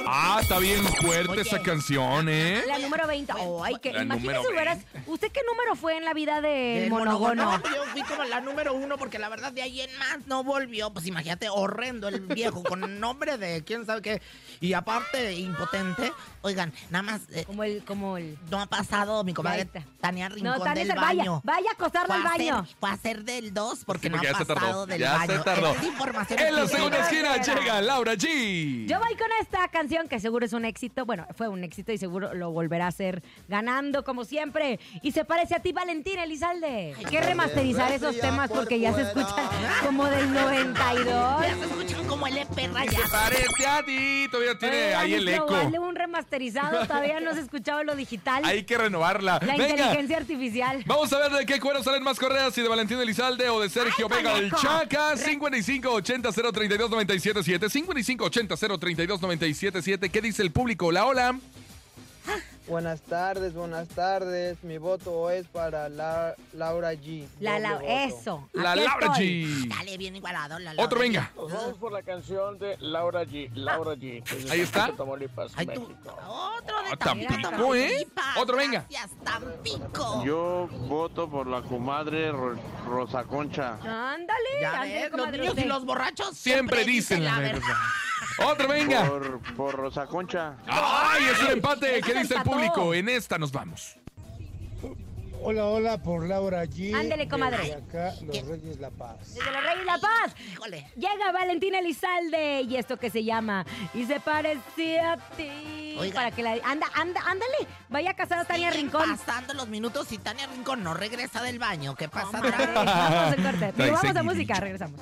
[SPEAKER 4] Ah, está bien fuerte
[SPEAKER 3] Oye.
[SPEAKER 4] esa canción, ¿eh?
[SPEAKER 2] La número 20. Ay, que
[SPEAKER 4] La
[SPEAKER 2] imagínese,
[SPEAKER 4] número
[SPEAKER 2] hubieras- ¿usted qué número fue en la vida del
[SPEAKER 3] Del
[SPEAKER 2] monogono?
[SPEAKER 3] Yo fui como la número uno porque la verdad de ahí en más no volvió. Pues imagínate, horrendo el viejo con nombre de quién sabe qué. Y aparte, impotente. Oigan, nada más... eh,
[SPEAKER 2] Como el, como el.
[SPEAKER 3] no ha pasado mi comadre
[SPEAKER 2] Ya está.
[SPEAKER 3] Tania Rincón
[SPEAKER 2] Tania,
[SPEAKER 3] del
[SPEAKER 2] vaya,
[SPEAKER 3] Baño.
[SPEAKER 2] vaya a acostarla al
[SPEAKER 3] Pasa
[SPEAKER 2] baño.
[SPEAKER 3] Hacer, fue a hacer del 2 porque
[SPEAKER 4] Sí,
[SPEAKER 3] no ha
[SPEAKER 4] porque ya se
[SPEAKER 3] pasado
[SPEAKER 4] tardó.
[SPEAKER 3] del
[SPEAKER 4] Ya
[SPEAKER 3] baño.
[SPEAKER 4] se tardó.
[SPEAKER 3] Esta es información
[SPEAKER 4] En la
[SPEAKER 3] exclusiva.
[SPEAKER 4] segunda esquina
[SPEAKER 2] Espera.
[SPEAKER 4] llega Laura G.
[SPEAKER 2] Yo voy con esta canción que seguro es un éxito. Bueno, fue un éxito y seguro lo volverá a hacer ganando como siempre. Y se parece a ti, Valentín Elizalde. Hay que remasterizar esos temas porque ya se escuchan como del 92.
[SPEAKER 3] Ya se escuchan como el EP
[SPEAKER 4] Se
[SPEAKER 3] rayado.
[SPEAKER 4] parece a ti. Todavía tiene
[SPEAKER 2] Oye,
[SPEAKER 4] ahí el
[SPEAKER 2] Dani,
[SPEAKER 4] eco.
[SPEAKER 2] Hazle un remasterizado, todavía no se escuchaba lo digital.
[SPEAKER 4] Hay que renovarla.
[SPEAKER 2] la
[SPEAKER 4] Venga.
[SPEAKER 2] inteligencia artificial.
[SPEAKER 4] Vamos a ver de qué cuero salen más correas, si de Valentín Elizalde o de Sergio
[SPEAKER 2] ¡Ay,
[SPEAKER 4] Vega del
[SPEAKER 2] manejo!
[SPEAKER 4] Chaca. 5580-032-977. 5580-032-977. ¿Qué dice el público? Hola, hola.
[SPEAKER 10] Buenas tardes, buenas tardes. Mi voto es para la, Laura G.
[SPEAKER 2] La, la-
[SPEAKER 10] Doble voto.
[SPEAKER 2] eso.
[SPEAKER 4] La
[SPEAKER 2] aquí
[SPEAKER 4] Laura
[SPEAKER 2] estoy.
[SPEAKER 4] G.
[SPEAKER 3] Dale, bien igualado. La
[SPEAKER 4] Otro,
[SPEAKER 3] Laura.
[SPEAKER 4] venga.
[SPEAKER 9] Nos vamos por la canción de Laura G. Laura G. desde
[SPEAKER 4] Ahí está.
[SPEAKER 9] Tamaulipas,
[SPEAKER 3] Ay, tú.
[SPEAKER 9] México.
[SPEAKER 3] Otro de
[SPEAKER 4] Ah,
[SPEAKER 3] Tampico.
[SPEAKER 4] Tampico, ¿eh?
[SPEAKER 3] Tamaulipas.
[SPEAKER 4] Otro, venga.
[SPEAKER 3] Gracias, Tampico.
[SPEAKER 7] Yo voto por la comadre Ro- Rosa Concha.
[SPEAKER 2] Ándale.
[SPEAKER 3] ya
[SPEAKER 2] ándale,
[SPEAKER 3] ves, los
[SPEAKER 2] comadre,
[SPEAKER 3] niños y
[SPEAKER 2] usted.
[SPEAKER 3] los borrachos
[SPEAKER 4] Siempre dicen la verdad. Otro, venga.
[SPEAKER 7] Por, por Rosa Concha.
[SPEAKER 4] ¡Ay, es un empate!
[SPEAKER 2] Eso
[SPEAKER 4] ¿Qué
[SPEAKER 2] se
[SPEAKER 4] dice el
[SPEAKER 2] empató.
[SPEAKER 4] público? En esta nos vamos.
[SPEAKER 10] Hola, hola, por Laura G.
[SPEAKER 2] Ándele, comadre.
[SPEAKER 10] Desde acá, Los
[SPEAKER 3] ¿Qué?
[SPEAKER 10] Reyes La Paz.
[SPEAKER 2] Desde los Reyes La Paz.
[SPEAKER 3] Híjole.
[SPEAKER 2] Llega Valentina Elizalde y esto que se llama Y se parecía a ti.
[SPEAKER 3] Oiga.
[SPEAKER 2] Para que la anda, anda, ándale. Vaya a casar a Tania
[SPEAKER 3] Siguen
[SPEAKER 2] Rincón.
[SPEAKER 3] Pasando los minutos y Tania Rincón no regresa del baño. ¿Qué pasa?
[SPEAKER 2] Comadre,
[SPEAKER 3] Tania?
[SPEAKER 2] Vamos a corte. Pero
[SPEAKER 4] Trae
[SPEAKER 2] vamos a
[SPEAKER 4] seguidillo.
[SPEAKER 2] música, regresamos.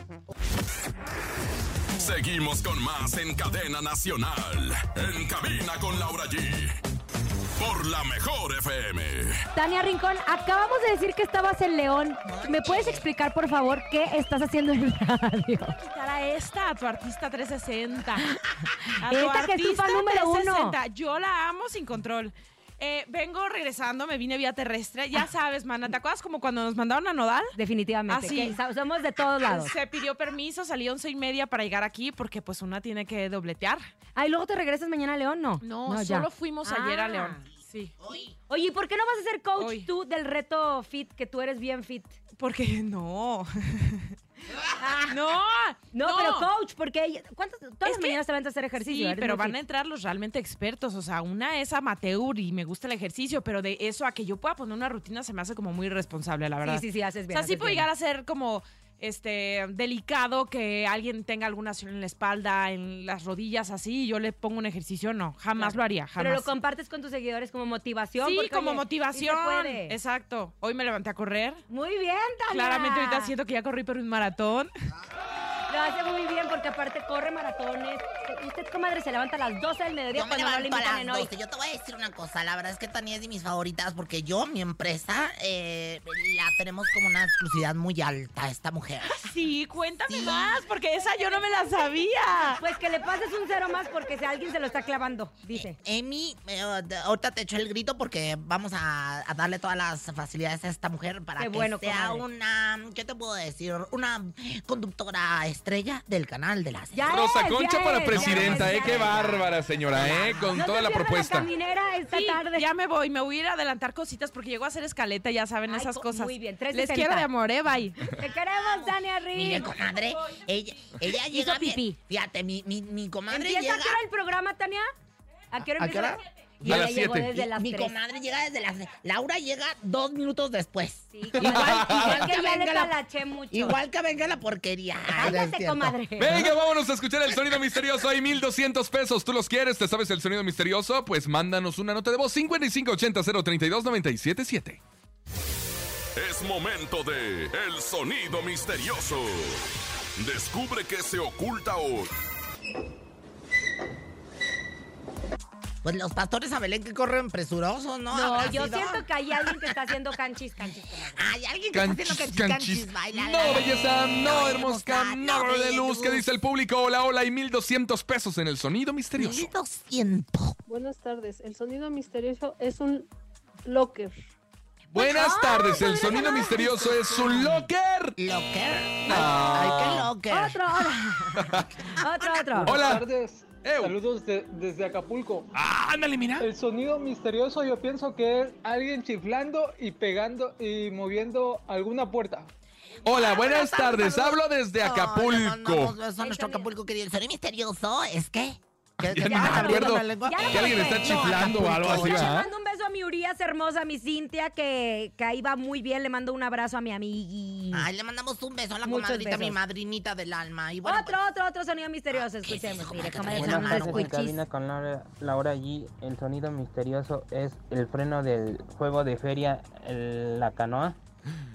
[SPEAKER 1] Seguimos con más en Cadena Nacional. En cabina con Laura G. Por la mejor FM.
[SPEAKER 2] Tania Rincón, acabamos de decir que estabas en León. ¿Me puedes explicar, por favor, qué estás haciendo en radio?
[SPEAKER 11] quitar a esta, a tu
[SPEAKER 2] (laughs)
[SPEAKER 11] artista 360. A
[SPEAKER 2] Esta que es tu fan número uno.
[SPEAKER 11] Yo la amo sin control. Eh, vengo regresando, me vine vía terrestre.
[SPEAKER 2] Ah.
[SPEAKER 11] Ya sabes, mana, ¿te acuerdas como cuando nos mandaron a Nodal?
[SPEAKER 2] Definitivamente.
[SPEAKER 11] Ah, sí.
[SPEAKER 2] que so- somos de todos lados.
[SPEAKER 11] Se pidió permiso, salí once y media para llegar aquí porque pues una tiene que dobletear.
[SPEAKER 2] Ay, luego te regresas mañana a León, ¿no?
[SPEAKER 11] No,
[SPEAKER 2] ya.
[SPEAKER 11] solo fuimos ayer
[SPEAKER 2] Ah.
[SPEAKER 11] a León. Sí.
[SPEAKER 2] Oye, ¿y por qué no vas a ser coach
[SPEAKER 11] Hoy.
[SPEAKER 2] tú del reto fit, que tú eres bien fit?
[SPEAKER 11] Porque
[SPEAKER 2] (laughs)
[SPEAKER 11] no. (laughs) no.
[SPEAKER 2] No, pero coach, porque ella- ¿cuántas, todas las
[SPEAKER 11] que-
[SPEAKER 2] mañanas te van a hacer ejercicio.
[SPEAKER 11] Sí,
[SPEAKER 2] eres
[SPEAKER 11] pero
[SPEAKER 2] muy
[SPEAKER 11] van a
[SPEAKER 2] fit.
[SPEAKER 11] entrar los realmente expertos. O sea, una es amateur y me gusta el ejercicio, pero de eso a que yo pueda poner una rutina se me hace como muy irresponsable, la verdad.
[SPEAKER 2] Sí, sí, sí, haces
[SPEAKER 11] O
[SPEAKER 2] bien.
[SPEAKER 11] sea, sí
[SPEAKER 2] haces
[SPEAKER 11] puede
[SPEAKER 2] bien.
[SPEAKER 11] llegar a ser como este delicado que alguien tenga alguna acción en la espalda, en las rodillas, así, y yo le pongo un ejercicio. No, jamás
[SPEAKER 2] Claro.
[SPEAKER 11] lo haría, jamás.
[SPEAKER 2] Pero lo compartes con tus seguidores como motivación.
[SPEAKER 11] sí,
[SPEAKER 2] porque,
[SPEAKER 11] como
[SPEAKER 2] oye,
[SPEAKER 11] motivación.
[SPEAKER 2] sí se puede.
[SPEAKER 11] Exacto. Hoy me levanté a correr.
[SPEAKER 2] Muy bien,
[SPEAKER 11] Ah,
[SPEAKER 2] Tania.
[SPEAKER 11] Claramente ahorita siento que ya corrí por un maratón.
[SPEAKER 2] Lo hace muy bien porque aparte corre maratones. Usted, comadre, se levanta a las 12 del mediodía
[SPEAKER 3] Yo me
[SPEAKER 2] cuando no le
[SPEAKER 3] levanto a
[SPEAKER 2] invitan
[SPEAKER 3] las
[SPEAKER 2] en hoy.
[SPEAKER 3] 12. Yo te voy a decir una cosa. La verdad es que Tania es de mis favoritas porque yo, mi empresa, eh, la tenemos como una exclusividad muy alta, esta mujer.
[SPEAKER 11] (laughs) Sí, cuéntame
[SPEAKER 3] Sí.
[SPEAKER 11] más, porque esa yo no me la sabía.
[SPEAKER 2] Pues que le pases un cero más porque si alguien se lo está clavando, dice.
[SPEAKER 3] Emi, eh, ahorita te echo el grito porque vamos a, a darle todas las facilidades a esta mujer para
[SPEAKER 2] Qué
[SPEAKER 3] que
[SPEAKER 2] bueno,
[SPEAKER 3] sea
[SPEAKER 2] comadre.
[SPEAKER 3] una, ¿qué te puedo decir? Una conductora estrella del canal de las...
[SPEAKER 2] Ah, Ya
[SPEAKER 4] Rosa
[SPEAKER 2] es,
[SPEAKER 4] Concha
[SPEAKER 2] ya
[SPEAKER 4] para
[SPEAKER 2] es, ya
[SPEAKER 4] presidenta,
[SPEAKER 2] es,
[SPEAKER 4] ¿eh?
[SPEAKER 2] ya
[SPEAKER 4] Qué
[SPEAKER 2] es.
[SPEAKER 4] bárbara, señora, ¿eh? Con
[SPEAKER 2] No
[SPEAKER 4] toda
[SPEAKER 2] se
[SPEAKER 4] la
[SPEAKER 2] pierda
[SPEAKER 4] propuesta.
[SPEAKER 2] La caminera esta
[SPEAKER 11] Sí,
[SPEAKER 2] tarde.
[SPEAKER 11] Ya me voy, me voy a ir a adelantar cositas porque llego a hacer escaleta, ya saben
[SPEAKER 2] Ay,
[SPEAKER 11] esas
[SPEAKER 2] co-
[SPEAKER 11] cosas.
[SPEAKER 2] muy bien,
[SPEAKER 11] Les
[SPEAKER 2] 360.
[SPEAKER 11] quiero de amor, eh, bye.
[SPEAKER 2] (laughs) Te queremos, Tania
[SPEAKER 3] Mire,
[SPEAKER 2] Rincón.
[SPEAKER 3] comadre, ella, ella llega bien-
[SPEAKER 2] pipí.
[SPEAKER 3] Fíjate, mi, mi, mi comadre
[SPEAKER 2] ¿Empieza a
[SPEAKER 3] llega...
[SPEAKER 2] qué hora el programa, Tania? ¿A qué hora
[SPEAKER 3] ¿A qué
[SPEAKER 2] empieza?
[SPEAKER 3] hora?
[SPEAKER 2] Y
[SPEAKER 4] A
[SPEAKER 2] ella
[SPEAKER 4] las
[SPEAKER 2] llegó
[SPEAKER 4] siete.
[SPEAKER 2] desde las
[SPEAKER 3] mi
[SPEAKER 2] tres.
[SPEAKER 3] comadre llega desde las... Laura llega dos minutos después.
[SPEAKER 2] Sí, comadre.
[SPEAKER 3] (laughs)
[SPEAKER 2] Igual
[SPEAKER 3] Igual- igual
[SPEAKER 2] que
[SPEAKER 3] que
[SPEAKER 2] ya le
[SPEAKER 3] venga la-
[SPEAKER 2] talaché mucho.
[SPEAKER 4] Ah,
[SPEAKER 3] Igual que venga la porquería.
[SPEAKER 2] (laughs) Cállate, comadre.
[SPEAKER 4] Venga, vámonos a escuchar el sonido misterioso. Hay 1200 pesos. ¿Tú los quieres? ¿Te sabes el sonido misterioso? Pues mándanos una nota de voz 5580 032 977.
[SPEAKER 1] Es momento de El Sonido Misterioso. Descubre qué se oculta hoy.
[SPEAKER 3] Pues los pastores a Belén que corren presurosos, Ah, ¿no?
[SPEAKER 2] No,
[SPEAKER 3] Habrá
[SPEAKER 2] yo
[SPEAKER 3] sido.
[SPEAKER 2] siento que hay alguien que está haciendo canchis, canchis. comadre.
[SPEAKER 3] Hay alguien que
[SPEAKER 4] Canchis,
[SPEAKER 3] está haciendo que
[SPEAKER 4] canchis.
[SPEAKER 3] canchis, baila.
[SPEAKER 4] No, belleza, no, hermosca, no,
[SPEAKER 3] no,
[SPEAKER 4] de luz. ¿Qué dice el público? Hola, hola, hay 1200 pesos en el sonido misterioso.
[SPEAKER 3] 1200.
[SPEAKER 6] Buenas tardes. El sonido misterioso es un locker.
[SPEAKER 4] Buenas
[SPEAKER 2] Ah,
[SPEAKER 4] tardes, el
[SPEAKER 2] podría
[SPEAKER 4] sonido
[SPEAKER 2] ser.
[SPEAKER 4] misterioso es un locker.
[SPEAKER 3] Locker.
[SPEAKER 4] Ah.
[SPEAKER 3] Ay, qué locker.
[SPEAKER 2] Otro,
[SPEAKER 3] (laughs)
[SPEAKER 2] otro. Otro, otro.
[SPEAKER 4] Hola.
[SPEAKER 10] tardes.
[SPEAKER 4] Ew.
[SPEAKER 10] Saludos de- desde Acapulco.
[SPEAKER 4] Ah, ándale, mira.
[SPEAKER 10] El sonido misterioso yo pienso que es alguien chiflando y pegando y moviendo alguna puerta.
[SPEAKER 4] Hola, buenas
[SPEAKER 3] buenas tardes,
[SPEAKER 4] tardes. Hablo desde
[SPEAKER 3] No, le mandamos
[SPEAKER 4] Acapulco.
[SPEAKER 3] besos a
[SPEAKER 2] Está
[SPEAKER 3] nuestro
[SPEAKER 2] bien.
[SPEAKER 3] Acapulco querido. El sonido misterioso es que. que- que
[SPEAKER 4] Ya ni
[SPEAKER 3] se
[SPEAKER 4] me
[SPEAKER 3] van
[SPEAKER 4] acuerdo.
[SPEAKER 3] abriendo la lengua.
[SPEAKER 2] Ya no
[SPEAKER 4] Que alguien está
[SPEAKER 2] No,
[SPEAKER 4] chiflando o algo así,
[SPEAKER 2] Yo le
[SPEAKER 4] ¿verdad?
[SPEAKER 2] mando un beso a mi Urias hermosa, mi Cintia, que, que ahí va muy bien. Le mando un abrazo a mi amigui.
[SPEAKER 3] Ay, le mandamos un beso a la
[SPEAKER 2] Muchos
[SPEAKER 3] comadrita, mi
[SPEAKER 2] besos.
[SPEAKER 3] madrinita del alma. Y bueno, pues.
[SPEAKER 2] otro, otro, otro sonido misterioso. Escuchemos, mire, comadre,
[SPEAKER 12] Buenas
[SPEAKER 2] son unos
[SPEAKER 12] tardes, en
[SPEAKER 2] cuichis.
[SPEAKER 12] cabina con Laura, Laura G. El sonido misterioso es el freno del juego de feria, el- la canoa.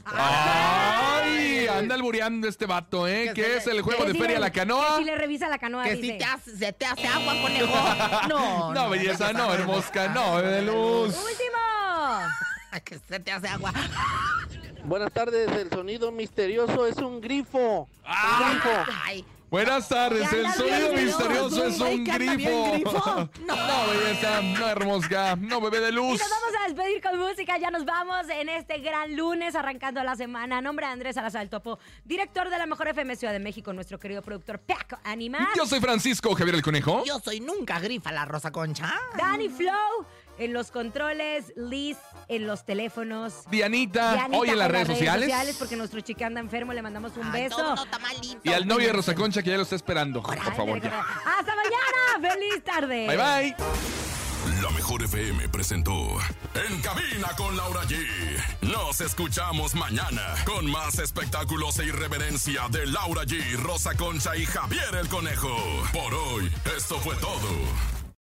[SPEAKER 3] pues, ah,
[SPEAKER 4] ¡Ay! Anda albureando este vato, ¿eh? ¿Qué es el juego
[SPEAKER 2] Que
[SPEAKER 4] de
[SPEAKER 2] si
[SPEAKER 4] feria
[SPEAKER 2] le-
[SPEAKER 4] la canoa?
[SPEAKER 2] Que si le revisa la canoa,
[SPEAKER 3] que
[SPEAKER 2] dice.
[SPEAKER 3] si te hace, se te hace agua,
[SPEAKER 4] (laughs)
[SPEAKER 3] conejo. No,
[SPEAKER 4] Ah. No, belleza, no, hermosca, no, de luz.
[SPEAKER 2] ¡Último!
[SPEAKER 3] que se te hace agua.
[SPEAKER 13] Buenas tardes, el sonido misterioso es un grifo.
[SPEAKER 3] Ah.
[SPEAKER 13] Un grifo.
[SPEAKER 3] Ay,
[SPEAKER 4] Buenas tardes,
[SPEAKER 13] Ya
[SPEAKER 4] el
[SPEAKER 13] anda
[SPEAKER 4] sonido
[SPEAKER 13] bien
[SPEAKER 4] misterioso
[SPEAKER 13] grifo,
[SPEAKER 4] es
[SPEAKER 13] güey,
[SPEAKER 4] un
[SPEAKER 13] que anda bien
[SPEAKER 4] grifo. (laughs)
[SPEAKER 13] grifo.
[SPEAKER 4] No, belleza, no, hermosca, no, bebé de
[SPEAKER 2] Y
[SPEAKER 4] luz.
[SPEAKER 2] nos vamos a despedir con música. Ya nos vamos en este gran lunes, arrancando la semana. A nombre de Andrés Salazar del Topo, director de la Mejor FM Ciudad de México, nuestro querido productor Paco Animal.
[SPEAKER 4] Yo soy Francisco Javier el Conejo.
[SPEAKER 3] Yo soy nunca grifa la Rosa Concha.
[SPEAKER 2] Dani Flow en los controles, Liz en los teléfonos.
[SPEAKER 4] Dianita, hoy en las redes sociales.
[SPEAKER 2] porque nuestro chique anda enfermo, le mandamos un
[SPEAKER 3] Ay,
[SPEAKER 2] beso.
[SPEAKER 3] todo no está mal lindo.
[SPEAKER 4] Y al novio de Rosa Concha que ya lo está esperando. Por favor, ya.
[SPEAKER 2] ¡Hasta mañana! (laughs) ¡Feliz tarde!
[SPEAKER 4] Bye bye.
[SPEAKER 1] La mejor FM presentó En cabina con Laura G. Nos escuchamos mañana con más espectáculos e irreverencia de Laura G, Rosa Concha y Javier el Conejo. Por hoy, esto fue todo.